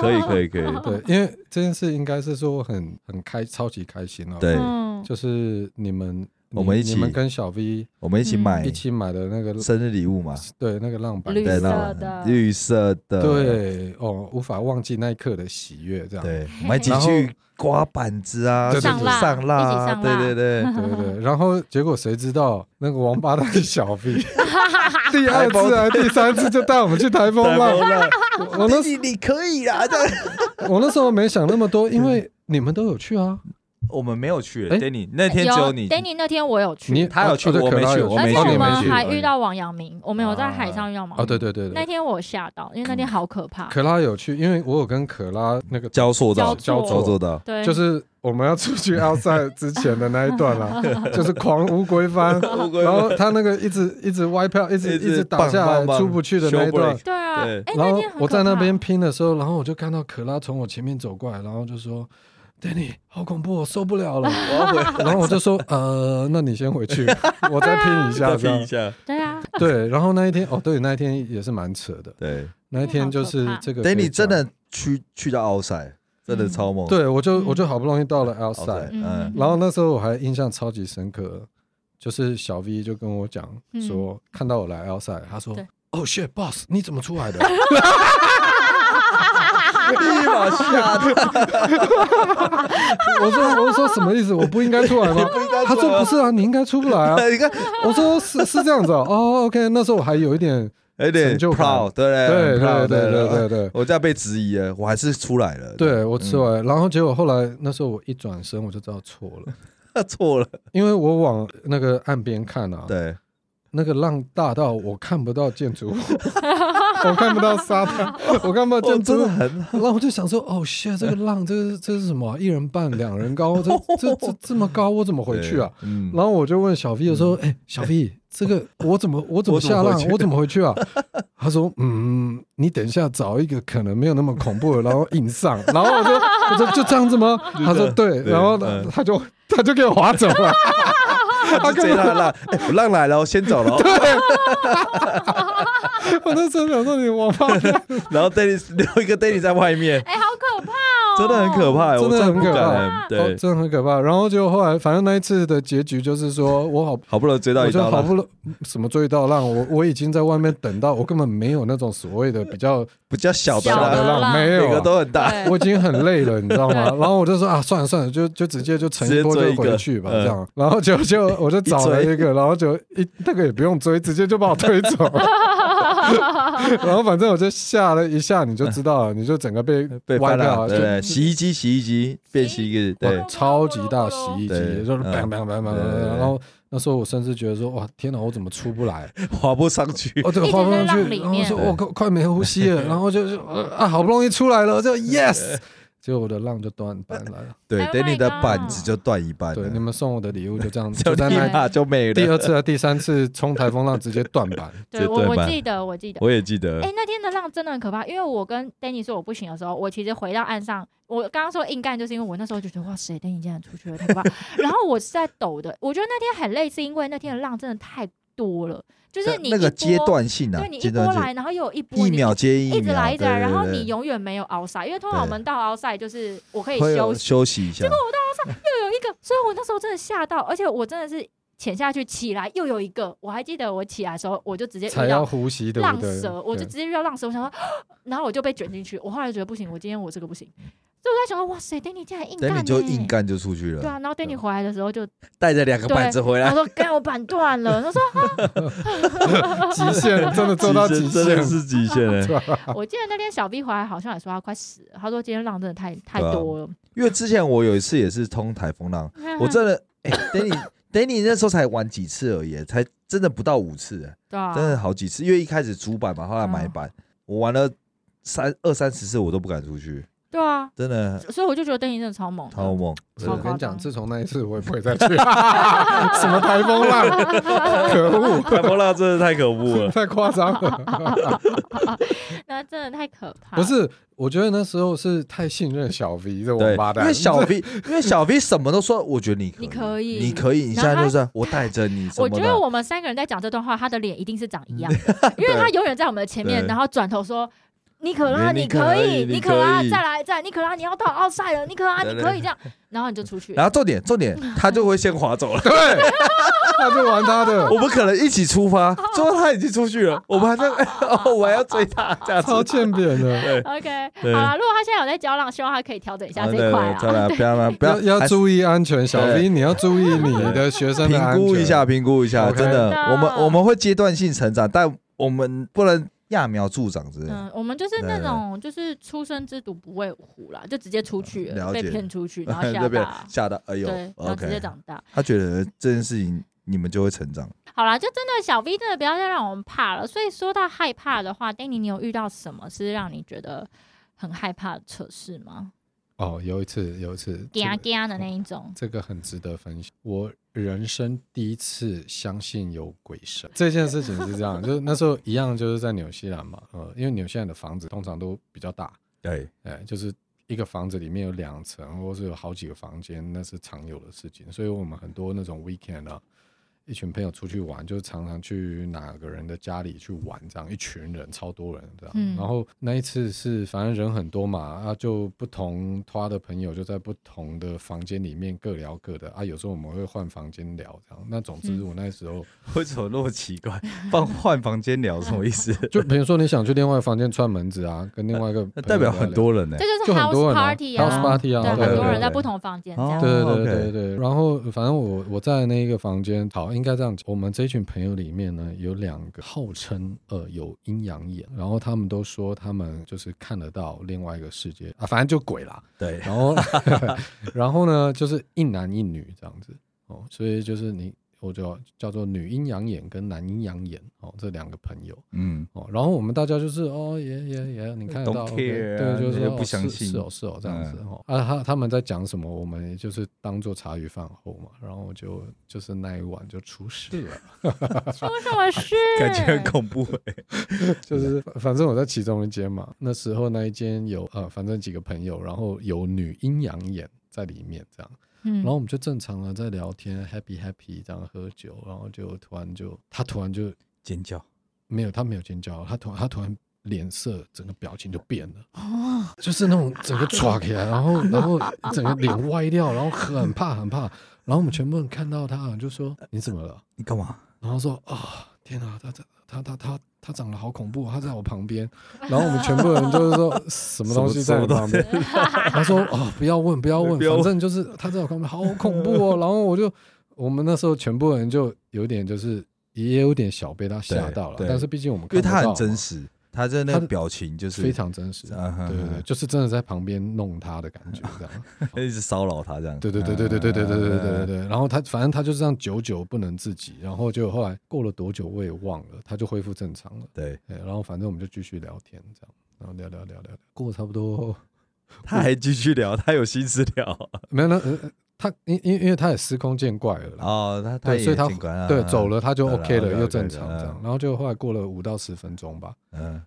Speaker 1: 可以可以可以，
Speaker 2: 嗯
Speaker 3: 对，因为这件事应该是说我很很开，超级开心哦。，
Speaker 1: 对，
Speaker 2: 嗯，
Speaker 3: 就是你们
Speaker 1: 我们
Speaker 3: 你
Speaker 1: 一起
Speaker 3: 你们跟小 V
Speaker 1: 我们一起
Speaker 2: 嗯
Speaker 1: 买
Speaker 3: 一起买的那个
Speaker 1: 生日礼物嘛，
Speaker 3: 对那个浪板，
Speaker 2: 绿色
Speaker 1: 对，那
Speaker 2: 的
Speaker 1: 绿色的，
Speaker 3: 对哦，无法忘记那一刻的喜悦，这样。
Speaker 1: 对，我们一起
Speaker 3: 然后
Speaker 1: 去刮板子啊，
Speaker 3: 对对
Speaker 1: 去
Speaker 3: 对
Speaker 1: 上
Speaker 2: 上
Speaker 1: 蜡
Speaker 2: 蜡
Speaker 1: 啊，
Speaker 2: 一起上
Speaker 1: 对
Speaker 2: 蜡
Speaker 1: 对
Speaker 3: (laughs)
Speaker 1: 对。
Speaker 3: 对对对，然后结果谁知道那个王八蛋的小
Speaker 1: (laughs)
Speaker 3: V，第
Speaker 1: 台
Speaker 3: 二
Speaker 1: 风
Speaker 3: 次还是第三次就带我们去台风
Speaker 1: 台
Speaker 3: 浪
Speaker 1: 风，浪
Speaker 3: 我我那时
Speaker 1: 弟弟你可以
Speaker 2: (laughs)
Speaker 1: 啦，这样
Speaker 3: 我那时候没想那么
Speaker 1: 嗯
Speaker 3: 多，因为你们都有去啊，
Speaker 1: 我们没有去
Speaker 3: 哎
Speaker 1: ，Danny 那天只有你，
Speaker 2: Danny 那天我有
Speaker 3: 你
Speaker 2: 去，
Speaker 1: 他有去
Speaker 3: 哦对
Speaker 1: 我没
Speaker 3: 可能
Speaker 1: 去
Speaker 3: 有
Speaker 1: 我
Speaker 2: 而且
Speaker 1: 没去
Speaker 2: 我
Speaker 1: 我
Speaker 2: 们
Speaker 1: 没去
Speaker 2: 还遇到王阳明，我们有在海上遇到王阳明
Speaker 3: 哦，对对对
Speaker 2: 那
Speaker 3: 对，
Speaker 2: 天我吓到，因为那天好可怕，
Speaker 3: 可拉有去，因为我有跟可拉那个
Speaker 1: 交错到
Speaker 2: 交
Speaker 3: 交
Speaker 1: 交
Speaker 2: 错
Speaker 1: 错到，
Speaker 2: 对，
Speaker 3: 就是我们要出去 outside 之前的那一
Speaker 1: (laughs)
Speaker 3: 段啦，就是狂乌龟翻，然后他那个一直一直歪票，一直
Speaker 1: 一
Speaker 3: 一
Speaker 1: 直
Speaker 3: 直打下
Speaker 1: 棒棒棒
Speaker 3: 来出不去的那一
Speaker 1: Show
Speaker 3: 段
Speaker 1: break。
Speaker 2: 对啊，
Speaker 1: 对
Speaker 2: 哎，
Speaker 3: 然后
Speaker 2: 天很
Speaker 3: 我在
Speaker 2: 可
Speaker 3: 那
Speaker 2: 怕
Speaker 3: 边拼的时候，然后我就看到可拉从我前面走过来，然后就说：“Danny，好恐怖，我受不
Speaker 2: (laughs)
Speaker 3: 了了。
Speaker 1: 我要回”
Speaker 3: 然后我就说：“呃，那你先回去，我再拼一下。”
Speaker 1: 再
Speaker 3: 这
Speaker 1: 拼一
Speaker 3: 样
Speaker 1: 下。
Speaker 2: 对啊，
Speaker 3: 对。然后那一天，哦，对，那一天也是蛮扯的。
Speaker 1: 对
Speaker 3: 那一天就是这个可以
Speaker 1: ，Danny 真
Speaker 3: 讲
Speaker 1: 的去去到 outside，真的
Speaker 2: 嗯
Speaker 1: 超猛。
Speaker 3: 对我就我就
Speaker 2: 嗯
Speaker 3: 好不容易到了
Speaker 1: outside，
Speaker 3: outside，
Speaker 1: 嗯
Speaker 2: 嗯，
Speaker 3: 然后那时候我还印象超级深刻，就是小 V 就跟我讲说，看到我来 outside，他说
Speaker 2: 对。
Speaker 3: 哦、s h i t boss，你怎么出来的？ (laughs)
Speaker 1: 立马哎吓到，
Speaker 3: 我说，我说什么意思？我不应该出来吗？
Speaker 1: 不应该
Speaker 3: (laughs) 他说不是啊，你应该出不来啊。
Speaker 1: 你看，
Speaker 3: 我说是是这样子哦。哦，OK，那时候我还有一点，
Speaker 1: 有点
Speaker 3: 成就感
Speaker 1: proud，对
Speaker 3: 对
Speaker 1: 哎很
Speaker 3: 对
Speaker 1: proud，
Speaker 3: 对对对
Speaker 1: 对，
Speaker 3: 对，
Speaker 1: 我这样被质疑了，我还是出来了。
Speaker 3: 对我吃
Speaker 1: 嗯
Speaker 3: 完，然后结果后来那时候我一转身我就知道错了，
Speaker 1: (laughs) 错了，
Speaker 3: 因为我往那个岸边看啊，
Speaker 1: 对，
Speaker 3: 那个浪大到我看不到建筑物， (laughs) 我看不到沙滩， (laughs) 我看不到
Speaker 1: 哦
Speaker 3: 建
Speaker 1: 真
Speaker 3: 筑
Speaker 1: 的
Speaker 3: 物。
Speaker 1: 很
Speaker 3: (laughs) 然后我就想说，哦，shit，这个浪，这是这是什么啊、一人半，两人高，这这这
Speaker 1: (laughs)
Speaker 3: 这么高，我怎么回去啊？？
Speaker 1: 对嗯，
Speaker 3: 然后我就问小 V 说：“哎、小 V，
Speaker 1: (laughs)
Speaker 3: 这个我怎么我怎么下
Speaker 1: 我怎么
Speaker 3: 浪
Speaker 1: 回去？
Speaker 3: 我怎么回去啊？”
Speaker 1: (laughs)
Speaker 3: 他说：“嗯，你等一下找一个可能没有那么恐怖的，然后硬上。”然后我就我说：“就这样子吗？”他说：“对。”
Speaker 1: 对
Speaker 3: 然后
Speaker 1: 嗯
Speaker 3: 他就他就给我划走
Speaker 1: (laughs)
Speaker 3: 了。
Speaker 1: 他就追他的浪，哎我浪来了，我先走了哦。
Speaker 3: (laughs) 我那时候想说：“你王八蛋！”
Speaker 1: 然后 Danny 留一个 Danny 在外面，
Speaker 2: 哎，好可怕哦，
Speaker 1: 真的很可怕，我
Speaker 3: (laughs) 真的
Speaker 1: 的
Speaker 3: 很可
Speaker 1: 不敢
Speaker 3: 怕哦
Speaker 1: (laughs) 对，
Speaker 3: 真的很可怕。然后就后来，反正那一次的结局就是说，我好，
Speaker 1: 好不容易追到
Speaker 3: 我
Speaker 1: 一
Speaker 3: 就
Speaker 1: 道
Speaker 3: 好
Speaker 1: 浪，
Speaker 3: 不容什么追到浪，我我已经在外面等到，我根本没有那种所谓的比较
Speaker 1: 比较小的
Speaker 2: 小
Speaker 3: 小
Speaker 2: 的浪
Speaker 1: 浪，
Speaker 3: 浪，没
Speaker 1: 每
Speaker 3: 有
Speaker 1: 个
Speaker 3: 啊、
Speaker 1: 都很大，
Speaker 2: 对
Speaker 3: 我已经很累了，你知道吗？然后我就说啊，算了算了，就就直接就乘一波
Speaker 1: 直接追
Speaker 3: 就
Speaker 1: 一个
Speaker 3: 回去吧，
Speaker 1: 嗯
Speaker 3: 这样。然后就就我就找了
Speaker 1: 一追
Speaker 3: 一个，然后就一那个也不用追，直接就把我推走了。 (laughs) 然后反正我就吓了一下，你就知道了，你就整个被
Speaker 1: (laughs) 被
Speaker 3: 啊歪
Speaker 1: 翻
Speaker 3: 掉
Speaker 1: 了，
Speaker 3: 了，
Speaker 1: 对
Speaker 3: 就
Speaker 1: 不对？洗衣机，洗衣机变洗一个，对
Speaker 3: 哇， (laughs) 超级大洗衣
Speaker 1: 对
Speaker 3: 机，就是
Speaker 1: 嗯
Speaker 3: bang bang bang bang，
Speaker 1: 对对
Speaker 3: bang，
Speaker 1: 对
Speaker 3: 然后那时候我甚至觉得说，哇，天哪，我怎么出不来？
Speaker 1: 滑不上去，
Speaker 3: 哦，对，
Speaker 2: 一直
Speaker 3: 滑不上
Speaker 2: 在浪
Speaker 3: 去，
Speaker 2: 里
Speaker 3: 然后
Speaker 2: 面
Speaker 3: 说
Speaker 1: 对
Speaker 3: 我快快没呼吸了，然后就是呃啊，好不容易出来了，就 yes，结果我的浪就断板
Speaker 1: (laughs)
Speaker 3: 了。
Speaker 1: 对
Speaker 2: Oh my
Speaker 1: ，Danny 的
Speaker 2: God
Speaker 1: 板子就断一半
Speaker 3: 对，你
Speaker 1: 了，
Speaker 3: 们送我的礼物就这
Speaker 1: (laughs)
Speaker 3: 样，
Speaker 1: 就
Speaker 3: 就在
Speaker 1: 立
Speaker 3: 那
Speaker 1: 马就没
Speaker 3: (laughs) 第
Speaker 1: 了。
Speaker 3: 二次啊、第三次冲台风浪直接断板，
Speaker 1: 绝
Speaker 2: 对我
Speaker 1: 对吧
Speaker 2: 我记得我记得，
Speaker 1: 我也记得
Speaker 2: 哎、，那天的浪真的很可怕，因为我跟 Danny 说我不行的时候，我其实回到岸上，我刚刚说硬干，就是因为我那时候就觉得哇塞，Danny 竟然出去了，太可怕。然后我是在抖的，我觉得那天很累，是因为那天的浪真的太多了，就是
Speaker 1: 那
Speaker 2: 你
Speaker 1: 那个
Speaker 2: 一波
Speaker 1: 阶，段性啊
Speaker 2: 对你，
Speaker 1: 阶
Speaker 2: 一波
Speaker 1: 段性
Speaker 2: 来，然后又有一波，
Speaker 1: 一
Speaker 2: 你
Speaker 1: 秒接
Speaker 2: 一
Speaker 1: 一
Speaker 2: 直
Speaker 1: 秒，
Speaker 2: 来一直来，
Speaker 1: 对
Speaker 2: 然后
Speaker 1: 对对
Speaker 2: 你永远没有 outside，因为通常我们到 outside 就是我可以
Speaker 1: 会
Speaker 2: 休
Speaker 1: 有
Speaker 2: 息，
Speaker 1: 休息一下，
Speaker 2: 又有一个，所以我那时候真的吓到，而且我真的是潜下去，起来又有一个。我还记得我起来的时候，我就直接
Speaker 3: 才
Speaker 2: 遇
Speaker 3: 要
Speaker 2: 到
Speaker 3: 呼吸，对不
Speaker 2: 浪
Speaker 3: 对？
Speaker 2: 蛇，我就
Speaker 3: 对
Speaker 2: 直接遇到浪蛇，我想说，然后我就被卷进去。我后来觉得不行，我今天我这个不行，所以我在想说，哇塞，Danny 竟然硬干、
Speaker 1: 等
Speaker 2: 欸，
Speaker 1: 你就硬。干就出去
Speaker 2: 对
Speaker 1: 了，
Speaker 2: 啊，然后 Danny 回来的时候就，
Speaker 1: 带着两个板子回
Speaker 2: 他
Speaker 1: 来，
Speaker 2: 说刚我板断了，他说
Speaker 3: 极限，真的做到极
Speaker 1: (laughs) 极真的
Speaker 3: 限。
Speaker 1: 是极限
Speaker 2: (laughs)
Speaker 1: 了。
Speaker 2: 我记得那天小 B 回来好像也说他快死了，他说今天浪真的太太
Speaker 1: 对啊
Speaker 2: 多了。
Speaker 1: 因为之前我有一次也是通台风浪，
Speaker 2: 嗯
Speaker 1: 我真的哎，Danny Danny 那时候才玩几次而已，才真的不到五次，
Speaker 2: (laughs) 对啊，
Speaker 1: 真的好几次。因为一开始主板嘛，后来买板，我玩了三二三十次，我都不敢出去，
Speaker 2: 对啊，
Speaker 1: 真的
Speaker 2: 所以我就觉得 Danny 真的超猛的，
Speaker 1: 超猛。真
Speaker 2: 超
Speaker 1: 的
Speaker 2: 夸
Speaker 3: 我跟你
Speaker 2: 张
Speaker 3: 讲，自从那一次，我也不会再去。 (laughs) 什么台风浪，可恶，
Speaker 1: 台风浪真的太可恶了。
Speaker 3: 太夸张了。
Speaker 2: 那真的太可怕。
Speaker 3: 不，是，我觉得那时候是太信任小 V 这
Speaker 1: 对，
Speaker 3: 王八蛋，
Speaker 1: 因为小 V，因为小 V 什么都说，我觉得你可
Speaker 2: 你
Speaker 1: 以，
Speaker 2: 可以
Speaker 1: 你可以，你现在就是我带着你什
Speaker 2: 我
Speaker 1: 么
Speaker 2: 觉得
Speaker 1: 的，嗯
Speaker 2: 我们三个人在讲这段话，他的脸一定是长一样的，因为他永远在我们的前面，
Speaker 1: 对
Speaker 2: 然后转头说。尼可拉，
Speaker 1: 你
Speaker 2: 你
Speaker 1: 可
Speaker 2: 可
Speaker 1: 以
Speaker 2: 以，
Speaker 1: 你
Speaker 2: 尼
Speaker 1: 可
Speaker 2: 可拉，
Speaker 1: 以
Speaker 2: 再来，再来，尼可拉，你要到奥赛了，尼可拉，
Speaker 1: 对
Speaker 2: 你
Speaker 1: 对
Speaker 2: 可以这样，然后你就出去
Speaker 1: 然，后重点重点，他就会先划走了。 (laughs)
Speaker 3: 对， (laughs) 他就玩他的，
Speaker 1: 我们可能一起出发，最后他已经出去了，我们
Speaker 2: (laughs)
Speaker 1: 还在，哦，我还要追他，这样子。
Speaker 3: 超欠扁的。
Speaker 1: 对，
Speaker 2: OK，好
Speaker 1: 对
Speaker 2: 了，如果他现在有在交浪，希望他可以调整一下这一块
Speaker 1: 对
Speaker 2: 啊。
Speaker 1: 对对不要不
Speaker 3: 要
Speaker 1: 要
Speaker 3: 要
Speaker 1: 还是
Speaker 3: 注意安全，小
Speaker 1: 对
Speaker 3: V，你要注意你的学生
Speaker 1: (laughs)
Speaker 3: 的
Speaker 1: 评
Speaker 3: 安
Speaker 1: 估
Speaker 3: 全
Speaker 1: 一下，，评估一下，
Speaker 3: OK
Speaker 1: 真
Speaker 2: 真
Speaker 1: 的
Speaker 2: 的，啊
Speaker 1: 我们我们会阶段性成长，但我们不能揠苗助长之类的。
Speaker 2: 嗯，我们就是那
Speaker 1: 对对
Speaker 2: 种就是初生之犊不畏虎啦，就直接出去了
Speaker 1: 了
Speaker 2: 被
Speaker 1: 解
Speaker 2: 骗出
Speaker 1: (laughs)
Speaker 2: 去，然后嗯吓
Speaker 1: 这边
Speaker 2: 大，
Speaker 1: 吓到，哎呦
Speaker 2: 对，然后直接
Speaker 1: ，OK，
Speaker 2: 长大。
Speaker 1: 他觉得这件事情你们就会成长。
Speaker 2: 好啦，就真的小 V 真的不要再让我们怕了。所以说到害怕的话，Danny，你有遇到什么是让你觉得很害怕的测试吗？
Speaker 3: 哦，有一次，有一次，这
Speaker 2: 嗲
Speaker 3: 个
Speaker 2: 嗲啊的那一种，
Speaker 3: 这个很值得分享。我人生第一次相信有鬼神这件事情是这样，就是那时候一样，就是在纽西兰嘛，呃，因为纽西兰的房子通常都比较大，
Speaker 1: 对，
Speaker 3: 哎，就是一个房子里面有两层，或是有好几个房间，那是常有的事情。所以我们很多那种 weekend 啊，一群朋友出去玩，就常常去哪个人的家里去玩，这样一群人超多人这样。
Speaker 2: 嗯
Speaker 3: 然后那一次是反正人很多嘛，啊，就不同他的朋友就在不同的房间里面各聊各的啊。有时候我们会换房间聊这样。那总之
Speaker 2: 嗯
Speaker 3: 我那时候、
Speaker 1: (laughs) 为什么那么奇怪？放换房间聊什么意
Speaker 3: (laughs)
Speaker 1: 思？
Speaker 3: 就比如说你想去另外一个房间串门子啊，跟另外一个
Speaker 1: 那呃代表
Speaker 3: 朋友聊
Speaker 1: 很
Speaker 3: 聊
Speaker 1: 多人呢
Speaker 2: 这。就是
Speaker 3: 就很多
Speaker 2: house
Speaker 3: 人啊
Speaker 2: party
Speaker 1: ，house
Speaker 3: party 啊
Speaker 2: 对，
Speaker 1: 对
Speaker 2: 很多
Speaker 1: 对
Speaker 2: 人在
Speaker 1: 对
Speaker 2: 不同房间这
Speaker 1: 哦 (laughs)
Speaker 2: 样。
Speaker 3: 对
Speaker 1: 哦
Speaker 3: 对对
Speaker 1: ，OK
Speaker 3: 对对。然后呃反正我我在那个房间，好，应该这样讲，我们这一群朋友里面呢，有两个号称呃有阴阳眼，然后他们都说他们就是看得到另外一个世界啊，反正就鬼啦。
Speaker 1: 对，
Speaker 3: 然后 (laughs) 然后呢，就是一男一女这样子哦，所以就是你我就叫做女阴阳眼跟男阴阳眼哦，这两个朋友。
Speaker 1: 嗯，
Speaker 3: 哦，然后我们大家就是哦，也也也，你看得
Speaker 1: Don't
Speaker 3: 到，OK，
Speaker 1: care 啊
Speaker 3: 对，就是
Speaker 1: 你又
Speaker 3: 说
Speaker 1: 不
Speaker 3: 哦
Speaker 1: 相
Speaker 3: 是
Speaker 1: 信嗯
Speaker 3: 是哦是哦这样子哦。啊，他他们在讲什么，我们也就是当做茶余饭后嘛。然后我就就是那一晚就出
Speaker 1: (laughs)
Speaker 3: 事了，
Speaker 2: 出什么事？
Speaker 1: 感觉很恐怖欸。
Speaker 3: 就是 (laughs) 反正我在其中一间嘛，那时候那一间有呃，反正几个朋友，然后有女阴阳眼在里面这样。
Speaker 2: 嗯”
Speaker 3: 然后我们就正常的在聊天，happy happy 这样喝酒，然后就突然就他突然就
Speaker 1: 尖叫，
Speaker 3: 没有，他没有尖叫，他突然他突然脸色整个表情就变了，就是那种整个抓起来，然后然后整个脸歪掉，然后很怕很怕，然后我们全部人看到他啊就说你怎么了？
Speaker 1: 你干嘛？
Speaker 3: 然后说啊、天哪，他他他他他他长得好恐怖，他在我旁边，然后我们
Speaker 1: (laughs)
Speaker 3: 全部人就是说什么东西在你旁边，他说哦不要问不要问，
Speaker 1: 不要问
Speaker 3: 反正就是他在我旁边好恐怖哦，然后我就我们那时候全部人就有点就是。也有点小被他吓
Speaker 1: 对
Speaker 3: 到了，
Speaker 1: 对
Speaker 3: 但是毕竟我们
Speaker 1: 因为
Speaker 3: 看不
Speaker 1: 他很
Speaker 3: 到嘛
Speaker 1: 真实，他的那
Speaker 3: (laughs) 他
Speaker 1: 个
Speaker 3: 的
Speaker 1: 表情就是
Speaker 3: 非常真实，
Speaker 1: (laughs) 啊哈
Speaker 3: 对对
Speaker 1: 哈
Speaker 3: 对，就是真的在旁边弄他的感觉，这样。
Speaker 1: 一直骚扰他这样。啊
Speaker 3: 对对对对对对对对对对
Speaker 1: 对。
Speaker 3: 对对。然后他反正他就这样久久不能自己，然后就后来过了多久我也忘了，他就恢复正常了。
Speaker 1: 对，
Speaker 3: 对，然后反正我们就继续聊天这样，然后聊聊聊聊聊，过了差不多
Speaker 1: 他还继续聊，他有心思
Speaker 3: (laughs)
Speaker 1: 聊。
Speaker 3: 没有那呃呃他因因因为他也司空见惯了啦。
Speaker 1: 哦，他他
Speaker 3: 对，
Speaker 1: 也
Speaker 3: 所以他
Speaker 1: 警官啊
Speaker 3: 对走，了，他就
Speaker 1: 对啦
Speaker 3: OK 了，
Speaker 1: OK，OK，
Speaker 3: 又正常
Speaker 1: 嗯
Speaker 3: 这样。然后就后来过了五到十分钟吧，
Speaker 1: 嗯，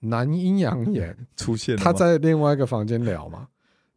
Speaker 3: 男阴阳眼
Speaker 1: (laughs) 出现了吗
Speaker 3: 他在另外一个房间聊嘛，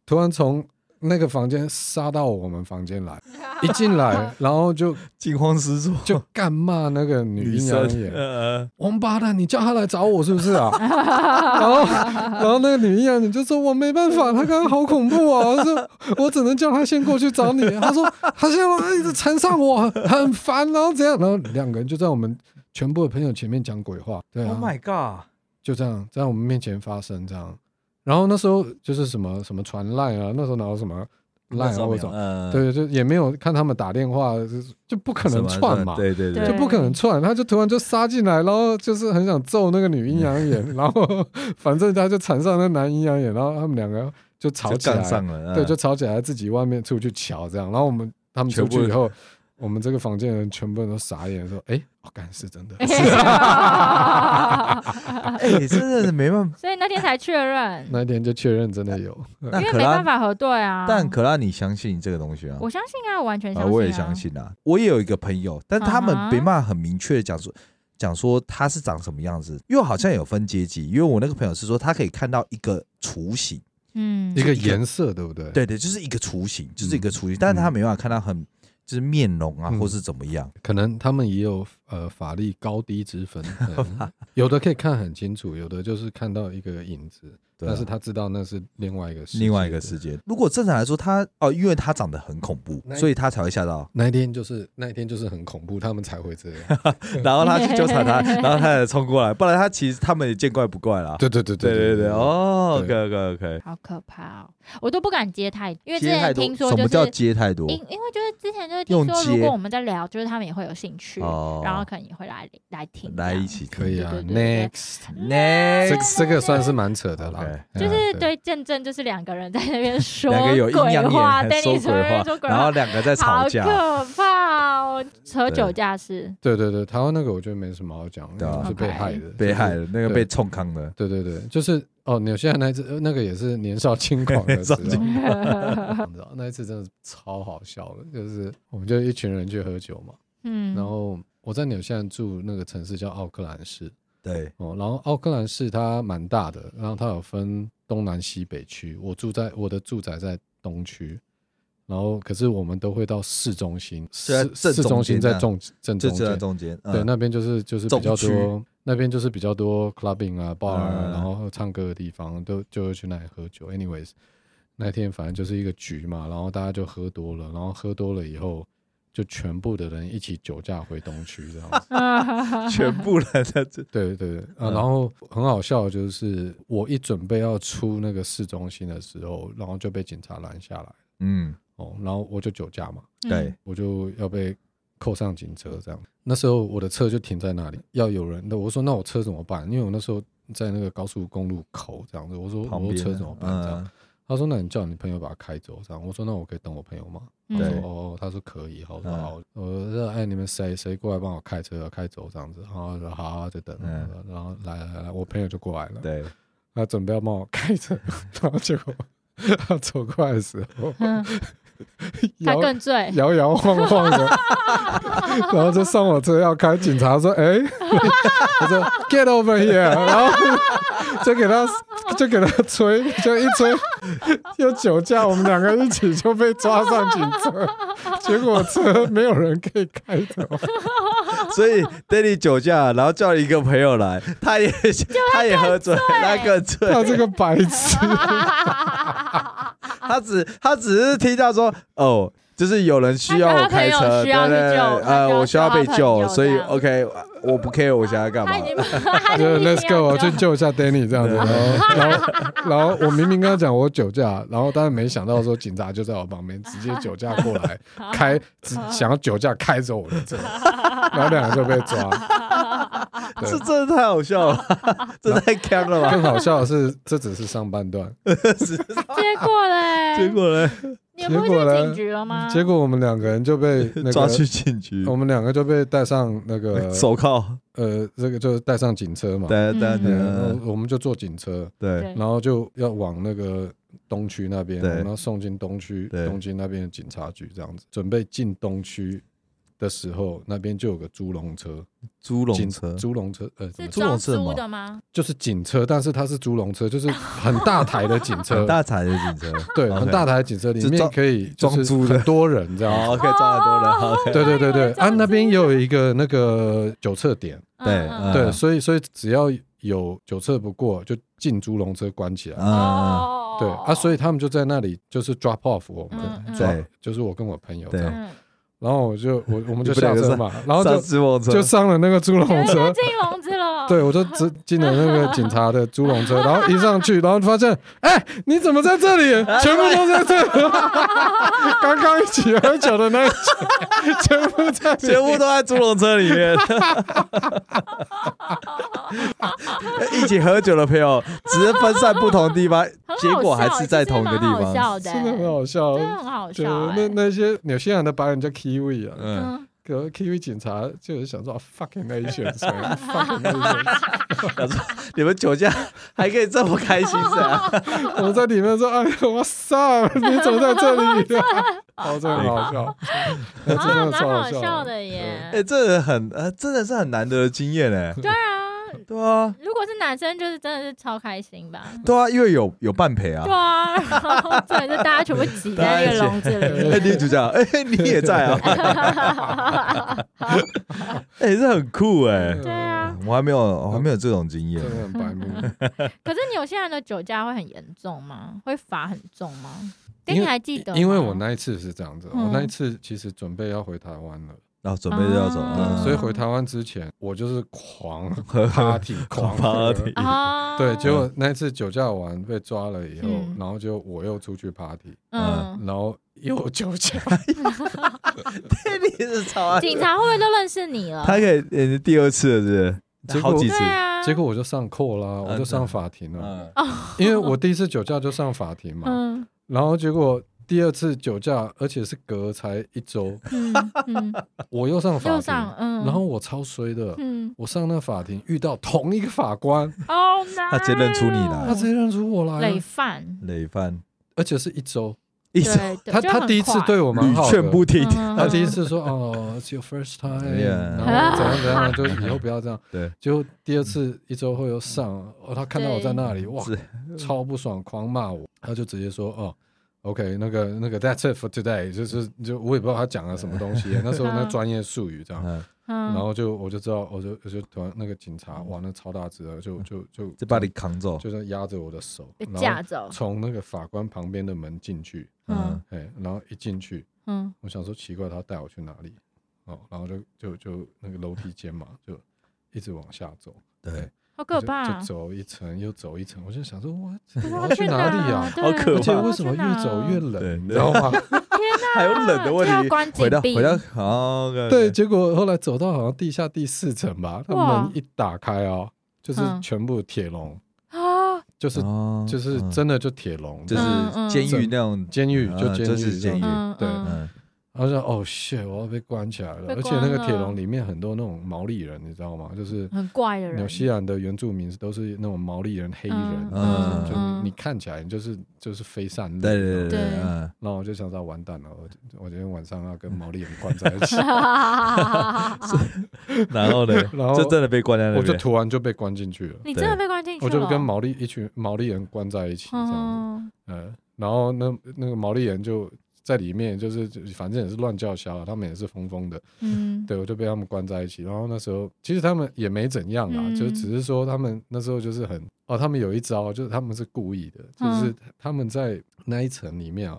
Speaker 3: 突然从那个房间杀到我们房间来，一进来，然后就
Speaker 1: 惊慌失措，
Speaker 3: 就干骂那个女
Speaker 1: 女
Speaker 3: 阴阳
Speaker 1: 生， (laughs)
Speaker 3: 眼，
Speaker 1: 呃，
Speaker 3: 王八蛋，你叫他来找我是不是啊？ (laughs) 然后，然后那个女阴阳眼就说：“我没办法，他刚刚好恐怖啊！”我说：“我只能叫他先过去找你。”他说：“他现在一直缠上我，很烦。”然后怎样？然后两个人就在我们全部的朋友前面讲鬼话，对啊
Speaker 1: Oh my god！
Speaker 3: 就这样在我们面前发生这样。然后那时候就是什么什么传烂啊，那时候哪有什么烂啊或者什么，
Speaker 1: 呃，
Speaker 3: 对，就也没有看他们打电话，就是就不可
Speaker 1: 什
Speaker 3: 能
Speaker 1: 么
Speaker 3: 串嘛，
Speaker 1: 对对
Speaker 3: 就
Speaker 1: 对，
Speaker 3: 不可能串，他就突然就杀进来，然后就是很想揍那个女阴阳
Speaker 1: (laughs)
Speaker 3: 眼，然后反正他就缠上那男阴阳眼，然后他们两个就吵
Speaker 1: 就
Speaker 3: 起
Speaker 1: 杠
Speaker 3: 来
Speaker 1: 上，了，
Speaker 3: 对，
Speaker 1: 嗯
Speaker 3: 就吵起来，自己外面出去瞧这样，然后我们他们
Speaker 1: 全
Speaker 3: 出
Speaker 1: 部
Speaker 3: 去以后，我们这个房间的人全部人都傻眼，说：“哎，我干是真的。
Speaker 2: 所
Speaker 1: 哎，真的是没办法。
Speaker 2: 以那天才确认，
Speaker 3: 那一天就确认真的有，
Speaker 1: 但
Speaker 2: 因为
Speaker 1: 可
Speaker 2: 没办
Speaker 1: 拉，
Speaker 2: 法核对啊。
Speaker 1: 但可拉，你相信这个东西啊？
Speaker 2: 我相信啊，我完全相
Speaker 1: 啊，
Speaker 2: 信、啊
Speaker 1: 我也相。信啊。我也有一个朋友，但他们
Speaker 2: 啊哈
Speaker 1: 没办法很明确的讲说讲说他是长什么样子，因为好像有分阶级。因为我那个朋友是说他可以看到一个雏形，
Speaker 2: 嗯，
Speaker 3: 一个颜色对不对？，
Speaker 1: 对对，就是一个雏形，就是一个雏形，但是他没办法看到很就是面容啊，
Speaker 3: 嗯
Speaker 1: 或是怎么样。
Speaker 3: 可能他们也有呃法力高低之分，
Speaker 1: (laughs)
Speaker 3: 对有的可以看很清楚，有的就是看到一个影子，
Speaker 1: 对啊
Speaker 3: 但是他知道那是另外一个世界啊
Speaker 1: 另外一个世。界，如果正常来说，他哦，因为他长得很恐怖，
Speaker 3: 那
Speaker 1: 所以他才会吓
Speaker 3: (laughs)
Speaker 1: 到。
Speaker 3: 那一天就是那一天就是很恐怖，他们才会这样。
Speaker 1: 然后他去纠缠
Speaker 2: (laughs)
Speaker 1: 他，然后他才冲过来，不然他其实他们也见怪不怪啦。
Speaker 3: 对对对
Speaker 1: 对对对，哦，OK
Speaker 3: 对
Speaker 1: OK OK。
Speaker 2: 好可怕哦！我都不敢接太，因为之
Speaker 1: 接太
Speaker 2: 前
Speaker 1: 多，
Speaker 2: 听说
Speaker 1: 什么叫
Speaker 2: 就是。
Speaker 1: 接太多
Speaker 2: 因？因为就是之前就是听
Speaker 1: 用
Speaker 2: 说，
Speaker 1: 接
Speaker 2: 如果我们在聊，就是他们也会有兴趣，
Speaker 1: 哦
Speaker 2: 然后可能也会来来听这样，
Speaker 1: 来一起嗯
Speaker 3: 可以啊
Speaker 2: 对对对对
Speaker 3: ，Next，
Speaker 1: ，next
Speaker 3: 这个这个算是蛮扯的
Speaker 1: OK
Speaker 3: 啦，
Speaker 2: 就是
Speaker 3: 嗯。
Speaker 2: 对见证，就是两个人在那
Speaker 1: (laughs)
Speaker 2: 边说
Speaker 1: 两个有
Speaker 2: 鬼
Speaker 1: 阴阳眼
Speaker 2: 话，
Speaker 1: 还
Speaker 2: 对
Speaker 1: 说
Speaker 2: 你
Speaker 1: 鬼
Speaker 2: 边
Speaker 1: 话
Speaker 2: 说，鬼
Speaker 1: 然后
Speaker 2: 话，
Speaker 1: 两个在吵
Speaker 2: 好
Speaker 1: 架，
Speaker 2: 可怕
Speaker 1: (laughs)
Speaker 2: 哦！扯
Speaker 1: 对
Speaker 2: 酒驾是
Speaker 3: 对对对，台湾那个我觉得没什么好讲，
Speaker 1: 对啊
Speaker 3: 因为是被害的，
Speaker 1: 被害
Speaker 3: 的。
Speaker 1: 了，那个
Speaker 3: 对
Speaker 1: 被冲康的，
Speaker 3: 对对对，就是哦，纽西兰那一次呃那个也是年少轻狂的
Speaker 1: 年少
Speaker 3: 时候，你知道那一次真的超好笑的，就是我们就一群人去喝酒嘛，
Speaker 2: 嗯，。
Speaker 3: 然后我在纽西兰住那个城市叫奥克兰市
Speaker 1: 对，
Speaker 3: 哦，然后奥克兰市它蛮大的，然后它有分东南西北区，我住在我的住宅在东区。然后，可是我们都会到市中心，
Speaker 1: 是在
Speaker 3: 市
Speaker 1: 正
Speaker 3: 市中心
Speaker 1: 中间这
Speaker 3: 在
Speaker 1: 样
Speaker 3: 正正
Speaker 1: 就
Speaker 3: 中
Speaker 1: 就在
Speaker 3: 间，
Speaker 1: 中间，嗯
Speaker 3: 对，那边就是就是比较
Speaker 1: 中区
Speaker 3: 多，那边就是比较多 clubbing 啊、bar 啊
Speaker 1: 嗯，
Speaker 3: 然后唱歌的地方，都就会去那里喝酒。Anyways，那天反正就是一个局嘛，然后大家就喝多了，然后喝多了以后，就全部的人一起酒驾回东区这样子
Speaker 2: 啊
Speaker 1: 全部人在这，
Speaker 3: 对对对，啊，
Speaker 1: 嗯
Speaker 3: 然后很好笑，的就是我一准备要出那个市中心的时候，然后就被警察拦下来，
Speaker 1: 嗯，
Speaker 3: 哦，然后我就酒驾嘛，
Speaker 1: (laughs)
Speaker 2: 嗯
Speaker 1: 对，
Speaker 3: 我就要被扣上警车这样。那时候我的车就停在那里，要有人。那我说那我车怎么办？因为我那时候在那个高速公路口这样子，我说
Speaker 1: 旁
Speaker 3: 我
Speaker 1: 边啊
Speaker 3: 车怎么办这样。
Speaker 1: 嗯，
Speaker 3: 他说那你叫你朋友把它开走这样。我说那我可以等我朋友吗？
Speaker 2: 嗯
Speaker 3: 他说
Speaker 1: 对
Speaker 3: 哦，哦他说可以。好，我说
Speaker 1: 嗯
Speaker 3: 好，我说哎你们谁谁过来帮我开车开走这样子。然后他说好啊，就等。
Speaker 1: 嗯
Speaker 3: 然后来来来，我朋友就过来了，
Speaker 1: 对，
Speaker 2: (laughs)
Speaker 3: 他准备要帮我开车， (laughs) 然后结果他走过来的时候，
Speaker 2: 嗯他
Speaker 3: 摇
Speaker 2: 更醉，
Speaker 3: 摇摇晃晃的，然后就上我车要开，警察说：“哎、 (laughs) 我说 Get over here！” 然后 (laughs) 就给他就给他吹，就一吹，又酒驾，我们两个一起就被抓上警车，结果车没有人可以开走，
Speaker 1: 所以 Danny 酒驾，然后叫了一个朋友来，他也他也喝醉，他更醉，
Speaker 3: 他这个白痴。
Speaker 2: 啊
Speaker 1: 他只他只是听到说哦。就是有人需要我开
Speaker 2: 他
Speaker 1: 车，
Speaker 2: 朋友需要去
Speaker 1: 对对对，
Speaker 2: 救
Speaker 1: 呃，
Speaker 2: 他
Speaker 1: 我需
Speaker 2: 需要
Speaker 1: 要被
Speaker 2: 他朋
Speaker 1: 救，
Speaker 2: 友
Speaker 1: 所以
Speaker 2: 这样
Speaker 1: OK，我不 care 我想要干嘛
Speaker 2: 他已。经他已
Speaker 3: (laughs)
Speaker 2: 经
Speaker 3: 就是 Let's
Speaker 2: 一定要
Speaker 3: go，我去
Speaker 2: 走
Speaker 3: 救一下 Danny 这样子，然后然后 (laughs) 然后我明明跟他讲我酒驾，然后但是没想到说警察就在我旁边直接酒驾过来，开只想要酒驾开走我的
Speaker 2: (laughs)
Speaker 3: 车，然后两个就被
Speaker 1: (laughs)
Speaker 3: 抓。对
Speaker 1: 这真的太好笑 (laughs) 了，这太坑了吧？
Speaker 3: 更好笑的是，这只是上半段，
Speaker 2: 结果嘞，
Speaker 1: (laughs) (laughs) 结果呢，
Speaker 2: 你们不
Speaker 3: 结果
Speaker 2: 是
Speaker 3: 嘞
Speaker 2: 去警局了吗？
Speaker 3: 结果我们两个人就被那
Speaker 1: 抓
Speaker 3: 个，
Speaker 1: 去警局，
Speaker 3: 我们两个就被带上
Speaker 1: (laughs)
Speaker 3: 那个
Speaker 1: 手铐，
Speaker 3: 呃，这个就是带上警车嘛，
Speaker 1: 对对
Speaker 2: 嗯
Speaker 1: 对
Speaker 3: 对，然后我们就坐警车，
Speaker 1: 呃对
Speaker 2: 对
Speaker 3: 然后就要往那个东区那边，
Speaker 1: 对
Speaker 3: 然后送进东区
Speaker 1: 对
Speaker 3: 东京那边的警察局，这样子准备进东区的时候，那边就有个猪笼车，
Speaker 1: 猪笼
Speaker 3: 警
Speaker 1: 车，
Speaker 3: 猪笼车，呃，怎
Speaker 2: 是
Speaker 1: 猪
Speaker 3: 么说
Speaker 2: 装
Speaker 1: 笼是什
Speaker 2: 猪
Speaker 1: 么
Speaker 2: 的吗？
Speaker 3: 就是警车，但是它是猪笼
Speaker 2: (laughs)
Speaker 3: 车，就是很大台的警车
Speaker 1: 很，啊大台的警车，
Speaker 3: 对，
Speaker 1: OK
Speaker 3: 很大台的警车里
Speaker 1: 就
Speaker 3: 面
Speaker 1: 装
Speaker 3: 可以就
Speaker 1: 装
Speaker 3: 是
Speaker 1: 猪的
Speaker 3: 很多人这样
Speaker 1: 哦
Speaker 3: 子。
Speaker 1: ，OK，抓很多人好，OK，
Speaker 3: 对对对对，
Speaker 2: 装
Speaker 3: 啊，那边
Speaker 2: 猪
Speaker 3: 也有一个那个酒测点，
Speaker 2: 嗯
Speaker 1: 对
Speaker 2: 嗯
Speaker 1: 嗯
Speaker 3: 对，所以所以只要有酒测不过，就进猪笼车关起来。
Speaker 1: 嗯，
Speaker 2: 哦，
Speaker 3: 对啊，所以他们就在那里就是 drop off 我
Speaker 2: 嗯嗯
Speaker 3: 们，抓
Speaker 1: 对
Speaker 3: 就是我跟我朋友
Speaker 1: 对
Speaker 3: 这样，
Speaker 2: 嗯，
Speaker 3: 然后我就我我们
Speaker 1: (laughs) 你
Speaker 3: 就
Speaker 1: 不得
Speaker 3: 下
Speaker 1: 不
Speaker 3: 车嘛，然后
Speaker 1: 上
Speaker 3: 就
Speaker 1: 猪笼车
Speaker 3: 就上了那个猪笼
Speaker 2: 原
Speaker 3: 车
Speaker 2: 来，啊进笼子了，
Speaker 1: (laughs)
Speaker 3: (laughs) 对，我就
Speaker 2: (laughs)
Speaker 3: 直进了那个警察的猪笼车，然后一上去，然后发现，哎、你怎么在这里？全部都在
Speaker 2: (laughs)
Speaker 3: 这里，刚刚一起喝酒的那一群，全部在里
Speaker 1: (laughs) 全部都在猪笼车里面。 (laughs) 一起喝酒的朋友，只是分散不同地方，
Speaker 2: (laughs) 很好
Speaker 1: 结果还
Speaker 2: 笑
Speaker 1: 是
Speaker 2: 欸
Speaker 1: 在
Speaker 2: 其实
Speaker 1: 同一个地
Speaker 2: 蛮好
Speaker 1: 方。
Speaker 2: 笑的欸，
Speaker 3: 真的很好笑
Speaker 2: 真。的很好
Speaker 3: 就
Speaker 2: 笑
Speaker 3: 那
Speaker 2: 欸，
Speaker 3: 那些纽西兰的白人叫 Kiwi 啊，
Speaker 1: 嗯，
Speaker 2: 嗯，
Speaker 3: 可是 Kiwi 警察就是想说、啊、fucking Asians，fucking Asians，
Speaker 1: 你们酒驾还可以这么开心是
Speaker 2: (laughs)
Speaker 1: 啊？
Speaker 3: 我们在里面说，哎呦，哇塞，你怎么在这里、
Speaker 2: (laughs)
Speaker 3: 啊？哦，真的很好笑，真
Speaker 2: 啊，
Speaker 3: 的
Speaker 2: 蛮
Speaker 3: 超
Speaker 2: 好
Speaker 3: 笑
Speaker 2: 笑。的耶
Speaker 1: 哎、。这个很呃，真的是很难得的经验哎、
Speaker 2: 对啊，
Speaker 1: 对啊，
Speaker 2: 如果是男生，就是真的是超开心吧？
Speaker 1: 对啊，因为有有伴陪
Speaker 2: 对啊，
Speaker 1: 啊。
Speaker 2: 然后重点是大家全部挤在那个笼子里
Speaker 1: 哎、
Speaker 2: 面。
Speaker 1: (laughs) 女主角，哎、你也在啊？
Speaker 2: (laughs)
Speaker 1: 哎、这很酷哎、
Speaker 2: 对啊，
Speaker 1: 我还没有，我还没有这种经验
Speaker 3: 真。的很
Speaker 2: (laughs)
Speaker 3: 白目。
Speaker 2: 可是纽西兰的酒驾会很严重吗？会罚很重吗？
Speaker 3: 因
Speaker 2: 跟
Speaker 3: 为
Speaker 2: 你还记得吗？
Speaker 3: 因为我那一次是这样子，哦
Speaker 2: 嗯
Speaker 3: 我那一次其实准备要回台湾了，
Speaker 1: 然后准备要走，
Speaker 2: 啊
Speaker 1: 嗯
Speaker 3: 对，所以回台湾之前我就是狂
Speaker 1: 喝
Speaker 2: (laughs)
Speaker 3: party
Speaker 1: 狂
Speaker 3: 狂
Speaker 1: party
Speaker 2: 啊，
Speaker 3: 对，结果那一次酒驾完被抓了以后
Speaker 2: 嗯，
Speaker 3: 然后就我又出去 party，
Speaker 2: 嗯，
Speaker 3: 然后又
Speaker 2: (laughs)
Speaker 3: 酒驾，
Speaker 1: (laughs) 你是超爱
Speaker 2: 警察会不会都认识你了？
Speaker 1: 嗯他可以呃第二次了，是不是？
Speaker 3: 结果
Speaker 1: 好几次
Speaker 2: 对，啊，
Speaker 3: 结果我就上扣啦，我就上法庭了，
Speaker 1: 嗯，
Speaker 3: 因为我第一次酒驾就上法庭嘛，
Speaker 2: 嗯
Speaker 3: 然后结果第二次酒驾，而且是隔才一周，
Speaker 1: (laughs)
Speaker 2: 嗯嗯，
Speaker 3: 我又上法
Speaker 2: 右上
Speaker 3: 庭，
Speaker 2: 嗯，
Speaker 3: 然后我超衰的，
Speaker 2: 嗯
Speaker 3: 我上那法庭遇到同一个法官，
Speaker 2: 哦，那
Speaker 1: 他直接认出你来
Speaker 3: 他直接认出我来
Speaker 2: 累
Speaker 3: 了，
Speaker 2: 犯，
Speaker 1: 累犯
Speaker 3: 而且是一周。
Speaker 1: 一直
Speaker 2: 对，对
Speaker 3: 他
Speaker 2: 就很
Speaker 3: 他第一次
Speaker 2: 快
Speaker 3: 对我蛮
Speaker 1: 屡
Speaker 3: 好的，
Speaker 1: 劝不听，
Speaker 2: 嗯
Speaker 3: 他第一次说哦，it's your first time，
Speaker 1: Yeah
Speaker 3: 然后怎样怎
Speaker 2: (laughs)
Speaker 3: 样，就以后不要这样。
Speaker 1: 对，
Speaker 3: 结果第二次一周后又上，哦，他看到我在那里，哇
Speaker 1: 是，
Speaker 3: 超不爽，狂骂我，他就直接说哦。OK，那个那个，That's it for today，就是就我也不知道他讲了什么东
Speaker 1: (laughs)
Speaker 3: 西，那时候那专业术语这样，
Speaker 1: 嗯，
Speaker 2: 嗯，
Speaker 3: 然后就我就知道，我就我就突然那个警察，哇，那超大只的，
Speaker 1: 嗯
Speaker 3: 就就就
Speaker 1: 就把你扛走，
Speaker 3: 就是压着我的手，
Speaker 2: 被
Speaker 3: 然
Speaker 2: 架
Speaker 3: 后
Speaker 2: 走，
Speaker 3: 从那个法官旁边的门进去，
Speaker 1: 嗯
Speaker 2: 嗯
Speaker 3: 哎，然后一进去，
Speaker 2: 嗯
Speaker 3: 我想说奇怪，他带我去哪里？哦，然后就就就那个楼梯间嘛，就一直往下走，
Speaker 1: 对，
Speaker 2: 好
Speaker 3: 就
Speaker 2: 可怕啊
Speaker 3: 就，走一层又走一层，我就想说，我
Speaker 2: 不知
Speaker 3: 我
Speaker 2: 道
Speaker 3: 要去哪里
Speaker 2: 啊
Speaker 3: 啊？？
Speaker 2: 对啊
Speaker 1: 好可
Speaker 3: 而
Speaker 1: 怕
Speaker 3: 且为什么越走越
Speaker 1: 对
Speaker 3: 冷，你
Speaker 1: 对
Speaker 3: 知道吗？
Speaker 1: 还有冷的问
Speaker 2: 就
Speaker 1: 题
Speaker 2: 要，关
Speaker 3: 啊
Speaker 1: 回
Speaker 2: 紧
Speaker 1: 到
Speaker 2: 闭
Speaker 1: 回到好，OK，OK
Speaker 3: (laughs) 对，结果后来走到好像地下第四层吧，他
Speaker 2: 哇
Speaker 3: 门一打开啊，就是
Speaker 2: 嗯
Speaker 3: 全部铁笼，
Speaker 2: 啊？
Speaker 3: 就是
Speaker 1: 哦
Speaker 3: 就是
Speaker 1: 嗯
Speaker 3: 真的就铁笼，
Speaker 1: 就
Speaker 2: 嗯
Speaker 1: 是
Speaker 2: 嗯
Speaker 1: 监狱那种，
Speaker 3: 监狱就
Speaker 1: 嗯
Speaker 3: 监狱
Speaker 1: 就是监狱
Speaker 2: 嗯，
Speaker 3: 对
Speaker 2: 嗯
Speaker 1: 嗯，
Speaker 3: 然后就哦 shit，我要被关起来了，
Speaker 2: 被
Speaker 3: 而且
Speaker 2: 关
Speaker 3: 那个铁
Speaker 2: 了
Speaker 3: 笼里面很多那种毛利人，你知道吗？就是
Speaker 2: 很怪的人，
Speaker 3: 纽西兰的原住民都是那种毛利人、黑人，
Speaker 1: 嗯
Speaker 3: 就
Speaker 2: 嗯
Speaker 3: 你你看起来你就是就是非善类。
Speaker 1: 对对对
Speaker 2: 对
Speaker 1: 嗯，
Speaker 3: 然后我就想到完蛋了，我我今天晚上要跟毛利人关在
Speaker 2: (laughs)
Speaker 3: 一起，
Speaker 2: 嗯
Speaker 1: (laughs) 然后呢，
Speaker 3: (laughs) 然后
Speaker 1: 就真的被关在那
Speaker 3: 我就
Speaker 1: 边，
Speaker 3: 突然就被关进去了，
Speaker 2: 你真的被关进去
Speaker 3: 我
Speaker 2: 了，
Speaker 3: 就跟毛利一群毛利人关在一起这样子，
Speaker 2: 嗯
Speaker 3: 嗯，然后那那个毛利人就在里面，就是就反正也是乱叫嚣，啊他们也是疯疯的，
Speaker 2: 嗯，
Speaker 3: 对我就被他们关在一起。然后那时候其实他们也没怎样啦，
Speaker 2: 嗯
Speaker 3: 就只是说他们那时候就是很哦，他们有一招，就是他们是故意的，就
Speaker 2: 嗯
Speaker 3: 是他们在那一层里面啊，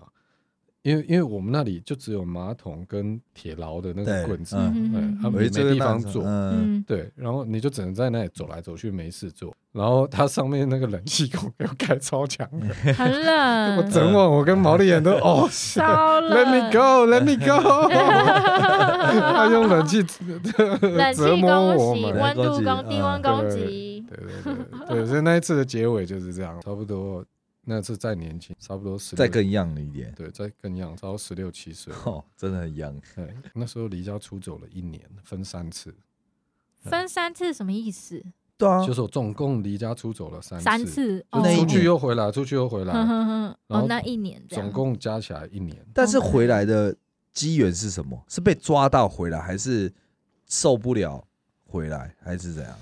Speaker 3: 因为因为我们那里就只有马桶跟铁牢的那
Speaker 1: 对
Speaker 3: 个棍子，
Speaker 1: 嗯
Speaker 3: 对
Speaker 2: 嗯，
Speaker 3: 他
Speaker 1: 有
Speaker 3: 们
Speaker 1: 一
Speaker 3: 没
Speaker 1: 这个
Speaker 3: 地方
Speaker 1: 那种
Speaker 3: 坐。
Speaker 1: 嗯，
Speaker 2: 嗯，
Speaker 3: 对，然后你就只能在那里走来走去，没事做。然后它上面那个冷气孔又开超强的，
Speaker 2: 嗯很
Speaker 1: (laughs)
Speaker 3: 我
Speaker 1: 嗯
Speaker 2: 冷，
Speaker 3: 整晚我跟毛利人
Speaker 2: 嗯
Speaker 3: 都
Speaker 2: (laughs)
Speaker 3: 哦 shit
Speaker 2: 烧冷
Speaker 3: ，Let me go，Let me go，他用冷气 (laughs)
Speaker 2: (laughs) 冷气
Speaker 3: 折磨
Speaker 2: 攻
Speaker 3: 我
Speaker 2: 击、
Speaker 3: 们，
Speaker 2: 温度攻低温攻击，
Speaker 3: 嗯对对对对，所以那一次的结尾就是这样，差不多那次再年轻，差不多十
Speaker 1: 再更样了一点，
Speaker 3: 对再更样，差不多十六七岁，
Speaker 1: 哦，真的很样，
Speaker 3: 对，那时候离家出走了一年，分三次，
Speaker 2: 分三次什么意思？
Speaker 1: 对啊
Speaker 3: 就是我总共离家出走了三
Speaker 2: 三，次，
Speaker 1: 就
Speaker 2: 哦嗯
Speaker 1: 那一
Speaker 3: 出
Speaker 1: 年
Speaker 3: 去又回来，出去又回来，
Speaker 2: 哼哼哼，
Speaker 3: 然
Speaker 2: 哦
Speaker 3: 后， (laughs)
Speaker 2: 那一年这样
Speaker 3: 总共加起来一年，
Speaker 1: 但是回来的机缘是什么？是被抓到回来，还是受不了回来，还是怎样？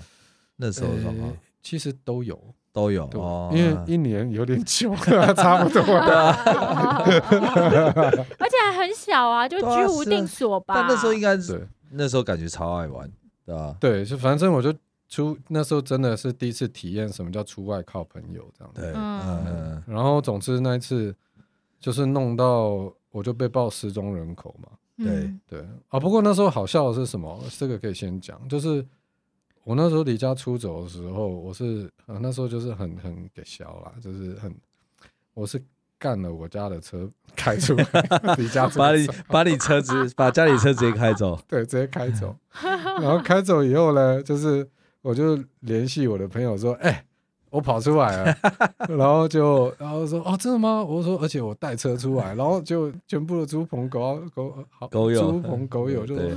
Speaker 1: 那时候的状况
Speaker 3: 呃其实都有，
Speaker 1: 都有
Speaker 3: 对
Speaker 1: 哦，，啊
Speaker 3: 因
Speaker 2: 啊
Speaker 3: 为一年有点久了， (laughs)
Speaker 1: (laughs)
Speaker 3: 差不多了。
Speaker 2: 而且还很小啊，就
Speaker 1: 对啊
Speaker 2: 居无
Speaker 1: 是啊
Speaker 2: 定所吧。
Speaker 1: 但那时候应该是
Speaker 3: 对
Speaker 1: 那时候感觉超爱玩，对吧？
Speaker 3: 对，就反正我就出那时候真的是第一次体验什么叫出外靠朋友这样子。
Speaker 1: 对，
Speaker 2: 嗯
Speaker 1: 嗯，
Speaker 3: 然后总之那一次就是弄到我就被报失踪人口嘛。
Speaker 2: 嗯
Speaker 3: 对啊，不过那时候好笑的是什么？这个可以先讲，就是我那时候离家出走的时候，我是、呃、那时候就是很很给小啦，就是很我是干了我家的车开出来离家出
Speaker 1: 把你
Speaker 3: 走，
Speaker 1: 把你
Speaker 2: (laughs)
Speaker 1: 车子把家里车直接开走，
Speaker 3: 对，直接开走。然后开走以后呢，就是我就联系我的朋友说，哎、我跑出来了，然后就，然后说，哦，真的吗？我说，而且我带车出来，然后就全部的猪朋狗啊狗好
Speaker 1: 狗友
Speaker 3: 猪朋狗友就
Speaker 1: 对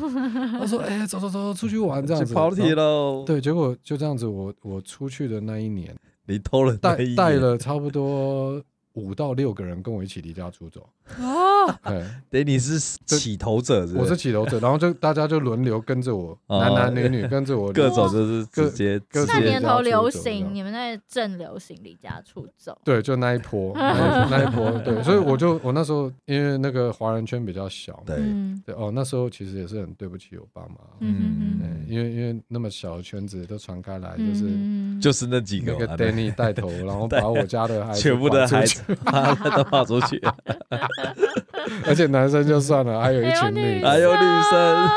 Speaker 3: 他说：“哎、走走走，出去玩这样子。”
Speaker 1: 去跑题
Speaker 3: 然后
Speaker 1: 喽。，
Speaker 3: 对，结果就这样子，我我出去的那一年，
Speaker 1: 你偷了
Speaker 3: 带
Speaker 1: 那一
Speaker 3: 带
Speaker 1: 年
Speaker 3: 了差不多五到六个人跟我一起离家出走。
Speaker 2: 哦，
Speaker 3: 哎，
Speaker 1: 等于你是起头者是不
Speaker 3: 我
Speaker 1: 是，
Speaker 3: 是起头者，然后就大家就轮流跟着我，
Speaker 1: 哦
Speaker 3: 男男女
Speaker 1: (laughs)
Speaker 3: 女跟着我
Speaker 1: 各种
Speaker 3: 离
Speaker 1: 就是
Speaker 3: 各
Speaker 1: 直接
Speaker 2: 那
Speaker 1: 直
Speaker 3: 各自己
Speaker 1: 接
Speaker 2: 年头
Speaker 3: 家出
Speaker 2: 流
Speaker 3: 走这样
Speaker 2: 行，你们那正流行离家出走。
Speaker 3: 对，就那一 (laughs) 波，那一那一波，对，所以我就我那时候因为那个华人圈比较小嘛，
Speaker 1: 对，
Speaker 2: 嗯
Speaker 3: 对哦，那时候其实也是很对不起我爸妈，
Speaker 2: 嗯
Speaker 3: 对
Speaker 2: 嗯
Speaker 1: 嗯
Speaker 3: 因为因为那么小的圈子都传开来，
Speaker 2: 嗯，
Speaker 3: 哎就是
Speaker 2: 嗯
Speaker 1: 就是那几
Speaker 3: 那
Speaker 1: 个
Speaker 3: 个
Speaker 1: 嘛
Speaker 3: Danny 带
Speaker 1: (laughs)
Speaker 3: 头，然后把我家的孩子
Speaker 1: 全部的
Speaker 3: 赶出
Speaker 1: 孩
Speaker 3: 去
Speaker 1: (laughs) 子把他都跑出
Speaker 2: (laughs)
Speaker 1: 去，
Speaker 3: 而且男生就算了，还有一群女
Speaker 2: 还
Speaker 1: 还
Speaker 3: 的。
Speaker 1: 有女生，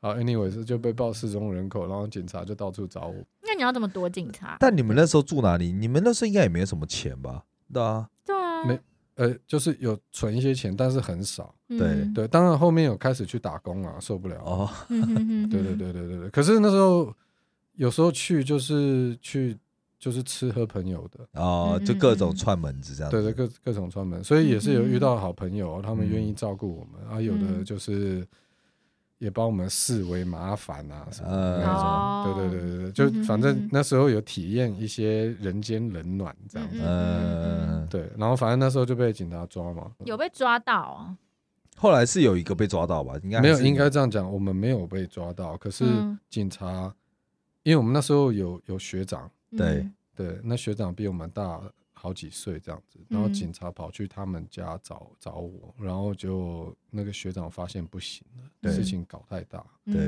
Speaker 3: 好，anyway 是就被报失踪人口，然后警察就到处找我。
Speaker 2: 那你要怎么躲警察？
Speaker 1: 但你们那时候住哪里？你们那时候应该也没有什么钱吧？对啊，
Speaker 2: 对啊，
Speaker 3: 没呃，就是有存一些钱，但是很少。
Speaker 2: 嗯
Speaker 1: 对
Speaker 2: 嗯
Speaker 3: 对，当然后面有开始去打工了，受不了。
Speaker 1: 哦，
Speaker 2: 嗯嗯嗯
Speaker 3: 对对对对对对。可是那时候有时候去就是去就是吃喝朋友的，
Speaker 1: 哦
Speaker 2: 嗯，
Speaker 1: 就
Speaker 2: 嗯
Speaker 1: 各
Speaker 2: 嗯
Speaker 1: 种串门子这样
Speaker 3: 对对
Speaker 1: 子。
Speaker 3: 各各种专门，所以也是有遇到好朋友，他们
Speaker 1: 嗯
Speaker 3: 愿意照顾我们啊，有的
Speaker 2: 嗯
Speaker 3: 就是也把我们视为麻烦啊什么的
Speaker 1: 呃
Speaker 3: 那种。对
Speaker 2: 哦，
Speaker 3: 对对对对，就反
Speaker 2: 嗯哼嗯
Speaker 3: 正
Speaker 2: 哼
Speaker 3: 那时候有体验一些人间冷暖这样子。
Speaker 2: 嗯
Speaker 1: 呃，
Speaker 3: 对，然后反正那时候就被警察抓嘛。
Speaker 2: 有被抓到啊？
Speaker 1: 后来是有一个被抓到吧？应该还
Speaker 3: 没有，
Speaker 1: 是
Speaker 3: 应该这样讲，我们没有被抓到，可是
Speaker 2: 嗯
Speaker 3: 警察，因为我们那时候有有学长，
Speaker 1: 对
Speaker 2: 嗯，
Speaker 3: 对，那学长比我们大好几岁这样子，然后
Speaker 2: 嗯
Speaker 3: 警察跑去他们家找找我，然后就那个学长发现不行了，
Speaker 1: 对
Speaker 3: 事情搞太大，
Speaker 2: 嗯
Speaker 1: 对，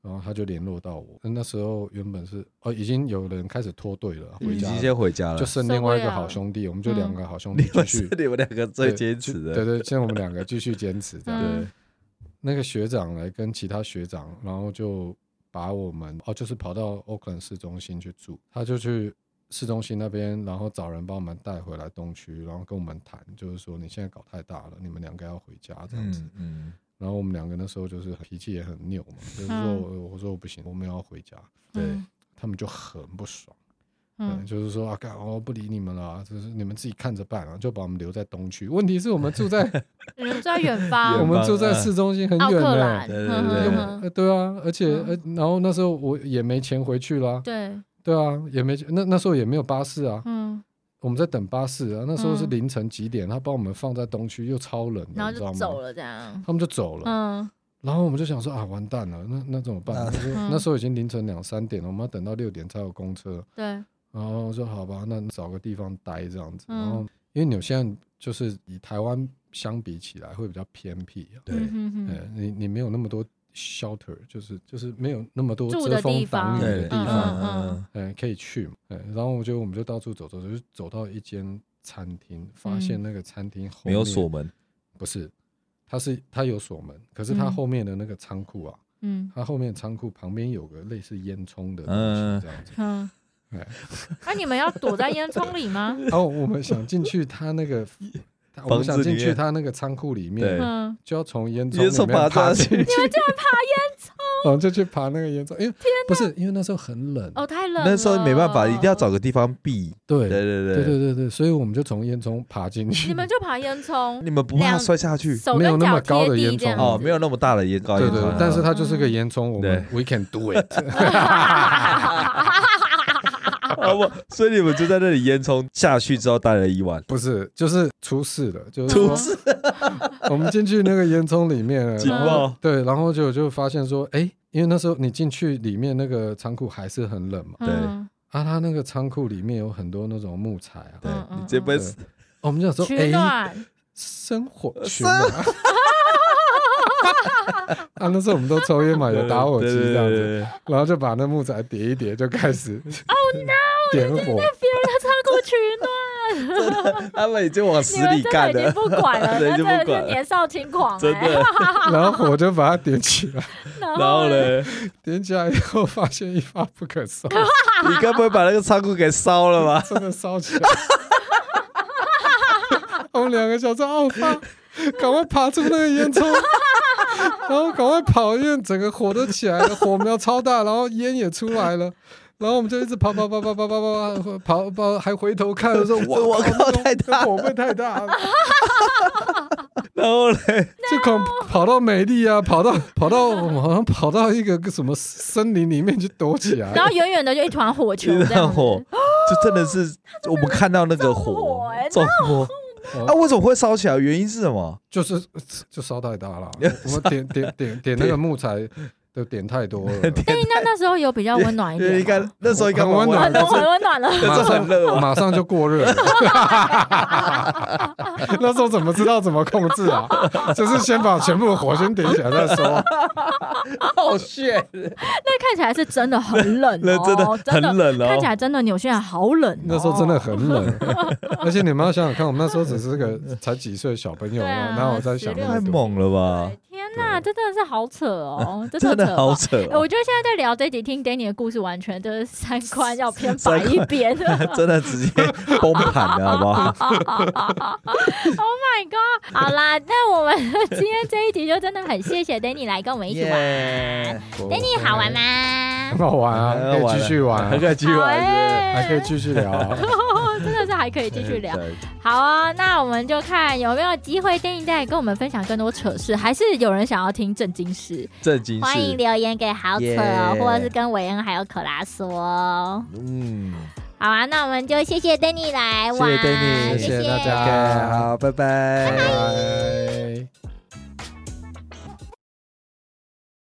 Speaker 3: 然后他就联络到我。那时候原本是哦，已经有人开始脱队了，
Speaker 2: 嗯
Speaker 3: 回
Speaker 1: 已
Speaker 3: 家
Speaker 1: 经
Speaker 3: 了
Speaker 1: 先回家了 (laughs)
Speaker 3: 就。剩
Speaker 2: 受
Speaker 3: 另
Speaker 2: 不
Speaker 3: 外一个
Speaker 2: 了
Speaker 3: 好兄弟，我们就两
Speaker 2: 嗯
Speaker 3: 个好兄弟
Speaker 1: 你
Speaker 3: 继
Speaker 1: 们是
Speaker 3: 续。
Speaker 1: 你们两个最
Speaker 3: 对
Speaker 1: 坚持的，
Speaker 3: 对对，像我们两个继续坚持这样。
Speaker 2: 嗯
Speaker 1: 对
Speaker 3: 那个学长来跟其他学长，然后就把我们哦，就是跑到 Oakland 市中心去住，他就去市中心那边，然后找人把我们带回来东区，然后跟我们谈，就是说你现在搞太大了，你们两个要回家这样子。
Speaker 1: 嗯嗯，
Speaker 3: 然后我们两个那时候就是脾气也很拗嘛，就是说
Speaker 2: 嗯
Speaker 3: 我我说我不行，我们要回家，
Speaker 1: 对，
Speaker 3: 他们就很不爽。嗯，
Speaker 2: 嗯，
Speaker 3: 就是说啊，干，我、不理你们了啊，就是你们自己看着办啊，就把我们留在东区。问题是我们住在
Speaker 2: 你们在远
Speaker 1: 远
Speaker 3: 我
Speaker 2: 方，
Speaker 1: 方
Speaker 3: 们住在
Speaker 1: 嗯
Speaker 3: 市中心很
Speaker 2: 奥
Speaker 3: 远
Speaker 2: 克
Speaker 3: 呢、
Speaker 2: 兰，
Speaker 1: 对对
Speaker 2: 哼哼
Speaker 1: 对对
Speaker 2: 哼
Speaker 3: 呃，对啊，而且、呃
Speaker 2: 嗯，
Speaker 3: 然后那时候我也没钱回去啦，
Speaker 2: 对，
Speaker 3: 对啊，也没那那时候也没有巴士啊，
Speaker 2: 嗯，
Speaker 3: 我们在等巴士啊，那时候是
Speaker 2: 嗯
Speaker 3: 凌晨几点，他把我们放在东区，又超冷
Speaker 2: 然后
Speaker 3: 的，你知
Speaker 2: 就
Speaker 3: 道
Speaker 2: 走
Speaker 3: 吗？
Speaker 2: 了这样，
Speaker 3: 他们就走了，
Speaker 2: 嗯
Speaker 3: 然后我们就想说啊，完蛋了，那那怎么
Speaker 1: 那
Speaker 3: 办？那时候
Speaker 2: 嗯
Speaker 3: 那时候已经凌晨两三点了，我们要等到六点才有公车。
Speaker 2: 对，
Speaker 3: 然后我说好吧，那找个地方待这样子。
Speaker 2: 嗯
Speaker 1: 哦
Speaker 3: 然后因为纽西兰就是以台湾相比起来会比较偏僻啊，
Speaker 1: 对
Speaker 2: 嗯哼哼
Speaker 3: 哎你你没有那么多 shelter，就是就是没有那么多
Speaker 2: 住的
Speaker 3: 遮风
Speaker 2: 地方
Speaker 3: 挡雨的
Speaker 1: 对
Speaker 3: 地
Speaker 2: 嗯
Speaker 3: 方，
Speaker 1: 嗯嗯
Speaker 3: 哎，可以去嘛。哎，然后我觉得我们就到处走走走，就走到一间餐厅，发现
Speaker 2: 嗯
Speaker 3: 那个餐厅后
Speaker 1: 没有
Speaker 3: 面
Speaker 1: 锁，门，
Speaker 3: 不是，它是它有锁门，可是它
Speaker 2: 嗯
Speaker 3: 后面的那个仓库啊，
Speaker 2: 嗯
Speaker 3: 它后面仓库旁边有个类似烟囱的东
Speaker 1: 嗯
Speaker 3: 西这样子。
Speaker 2: 嗯
Speaker 3: 哎，
Speaker 2: 那你们要躲在烟囱里吗？
Speaker 3: 然后哦我们想进去它
Speaker 1: (laughs)
Speaker 3: 那个，它我
Speaker 1: 房
Speaker 3: 们想
Speaker 1: 子
Speaker 3: 进
Speaker 1: 里
Speaker 3: 去
Speaker 1: 面
Speaker 3: 它那个仓库
Speaker 1: (laughs)
Speaker 3: 里
Speaker 1: 对
Speaker 3: 面，
Speaker 2: 嗯，
Speaker 3: 就要从烟
Speaker 1: 烟囱
Speaker 3: 囱里
Speaker 1: 爬
Speaker 3: 面爬
Speaker 1: 上
Speaker 3: 进
Speaker 1: 去
Speaker 3: 去。你们竟然爬烟囱？然后就去爬那个烟囱，因为不是因为那时候很冷，
Speaker 2: 哦，太冷了，
Speaker 1: (laughs) 那时候没办法，一定要找个地方避。
Speaker 3: 对
Speaker 1: 对对
Speaker 3: 对
Speaker 1: 对，
Speaker 3: 对对，所以我们就从烟囱爬进去。
Speaker 2: 你们就爬烟囱，
Speaker 1: 你们不怕
Speaker 2: 两
Speaker 1: 摔下去？
Speaker 2: 手
Speaker 3: 没有
Speaker 2: 跟
Speaker 3: 那
Speaker 2: 脚
Speaker 3: 么高
Speaker 2: 贴
Speaker 3: 的
Speaker 2: 地
Speaker 3: 烟
Speaker 2: 这样
Speaker 3: 囱
Speaker 2: 子，
Speaker 1: 哦，没有那么大的烟高
Speaker 3: (laughs) 对
Speaker 1: 烟
Speaker 3: 对
Speaker 1: 囱
Speaker 2: 哦
Speaker 3: 对
Speaker 1: 啊，，
Speaker 3: 但
Speaker 1: (laughs)
Speaker 3: 是它就是个烟囱，我们 we can do it。
Speaker 1: 好哦不好？所以你们就在那里烟囱下去之后待了一晚，
Speaker 3: (laughs) 不是，就是出事了，就是
Speaker 1: 出
Speaker 3: 说
Speaker 1: 事
Speaker 3: (laughs) 我们进去那个烟囱里面了，
Speaker 1: (laughs) 警
Speaker 3: 然后
Speaker 2: 嗯
Speaker 1: 报。
Speaker 3: 对，然后就就发现说，哎，因为那时候你进去里面那个仓库还是很冷嘛，
Speaker 1: 对
Speaker 2: 嗯
Speaker 3: 啊，它那个仓库里面有很多那种木材啊，
Speaker 1: 对
Speaker 2: 嗯嗯
Speaker 1: 你这辈
Speaker 3: 嗯
Speaker 1: 子
Speaker 3: 我们就想说，
Speaker 2: 取
Speaker 3: 哎，
Speaker 2: 暖，
Speaker 3: 生火取暖。 (laughs) 啊，那时候我们都抽烟嘛，有打火机这样子，，然后就把那木材叠一叠，就开始点火。
Speaker 2: 别人的仓库取暖，
Speaker 1: 对对对他们已经往死
Speaker 2: 你们
Speaker 1: 里
Speaker 2: 真的
Speaker 1: 干
Speaker 2: 已经
Speaker 1: 了，
Speaker 2: 不管了，
Speaker 1: (laughs) 对已
Speaker 2: 那
Speaker 1: 经
Speaker 2: 真
Speaker 1: 不
Speaker 2: 的
Speaker 1: 管
Speaker 2: 是
Speaker 1: 了
Speaker 2: 年少轻狂
Speaker 1: 真
Speaker 2: 哎。
Speaker 1: 的。
Speaker 3: 然后火就把它点起来，
Speaker 1: 然后
Speaker 2: 嘞，
Speaker 1: 嘞，
Speaker 3: 点起来以后发现一发不可收拾，
Speaker 1: 你该不会把那个仓库给烧
Speaker 2: (laughs)
Speaker 1: 了吧？
Speaker 3: 真的烧起来。我们两个想说：“哦，妈，赶快爬出那个烟囱，然后赶快跑，因为整个火都起来了，火苗超大，然后烟也出来了。”然后我们就一直跑跑跑跑跑跑跑跑跑跑，还回头看，说：“我
Speaker 1: 我靠，太大！
Speaker 3: 火会太大了。”
Speaker 1: 然后嘞，
Speaker 3: 就恐跑到美丽啊，跑到跑到我们好像跑到一个什么森林里面去躲起来，
Speaker 2: 然后远远的 (laughs) 就一团火球
Speaker 1: 一
Speaker 2: 这样子
Speaker 1: 团
Speaker 2: 啊
Speaker 1: 火，就真的是我们看到那个
Speaker 2: 纵火
Speaker 1: 火
Speaker 2: 欸，
Speaker 1: 纵火。啊，为什么会烧起来？原因是什么？
Speaker 3: 就是就烧太大了，我们点点点点那个木材都点太多了，
Speaker 2: 哎，那那时候有比较温暖一
Speaker 1: (laughs) 因为应该
Speaker 2: 点吗，
Speaker 1: 那时候应该蛮 (laughs)
Speaker 3: 很温
Speaker 2: 很
Speaker 3: 暖
Speaker 2: 温
Speaker 1: 的
Speaker 2: 很温暖 (laughs) 了。
Speaker 1: 那时候很热吧？
Speaker 3: 马上就过热了。那时候怎么知道怎么控制啊？就是先把全部火先点起来再说。
Speaker 1: 好炫，
Speaker 2: 那看起来是真的很
Speaker 1: (laughs)
Speaker 2: 冷
Speaker 1: 那
Speaker 2: 哦，
Speaker 1: 真的很冷
Speaker 2: 看起
Speaker 1: 哦。
Speaker 2: 来真的纽西兰好冷哦。
Speaker 3: 那时候真的很冷，而且你们要想想看，我们那时候只是个才几岁小朋友，
Speaker 2: 对啊
Speaker 3: 然后我在想那
Speaker 2: 16
Speaker 1: 太
Speaker 3: 么多，
Speaker 1: 猛了吧
Speaker 2: 对！天哪，这真的是好扯哦，这
Speaker 1: 真的
Speaker 2: 扯
Speaker 1: 好
Speaker 2: 吧
Speaker 1: 扯
Speaker 2: 哎
Speaker 1: 哦，
Speaker 2: 我觉得现在在聊这集，听 Danny 的故事，完全就是三观要偏
Speaker 1: 三
Speaker 2: 白
Speaker 1: 观
Speaker 2: 一边。 (laughs)
Speaker 1: (laughs) 真的直接崩盘了，好不好？
Speaker 2: Oh my god！好啦，那我们今天这一集就真的很谢谢 Danny 来跟我们一起玩。
Speaker 1: 耶，
Speaker 2: Danny 哎好玩吗
Speaker 3: 很？好玩啊，可以继续玩啊 (laughs)
Speaker 1: 还，可以继续
Speaker 2: 好
Speaker 1: 玩，是
Speaker 2: 哎
Speaker 3: 还可以继续 (laughs) 聊啊。
Speaker 2: (laughs) 真的是还可以继
Speaker 1: 不是
Speaker 2: 续聊。
Speaker 1: 对
Speaker 2: 好哦，那我们就看有没有机会 Danny 再跟我们分享更多扯事，还是有人想要听正经事？
Speaker 1: 震惊
Speaker 2: 欢迎
Speaker 1: 是，
Speaker 2: 留言给好扯哦
Speaker 1: Yeah
Speaker 2: 或者是跟韦恩还有可拉说哦。
Speaker 1: 嗯，
Speaker 2: 好啊，那我们就谢谢 Danny 来
Speaker 1: 谢
Speaker 2: 玩，
Speaker 1: 谢 Danny，
Speaker 3: 谢谢
Speaker 2: 谢
Speaker 3: 大家
Speaker 1: OK，好，拜拜
Speaker 3: 拜。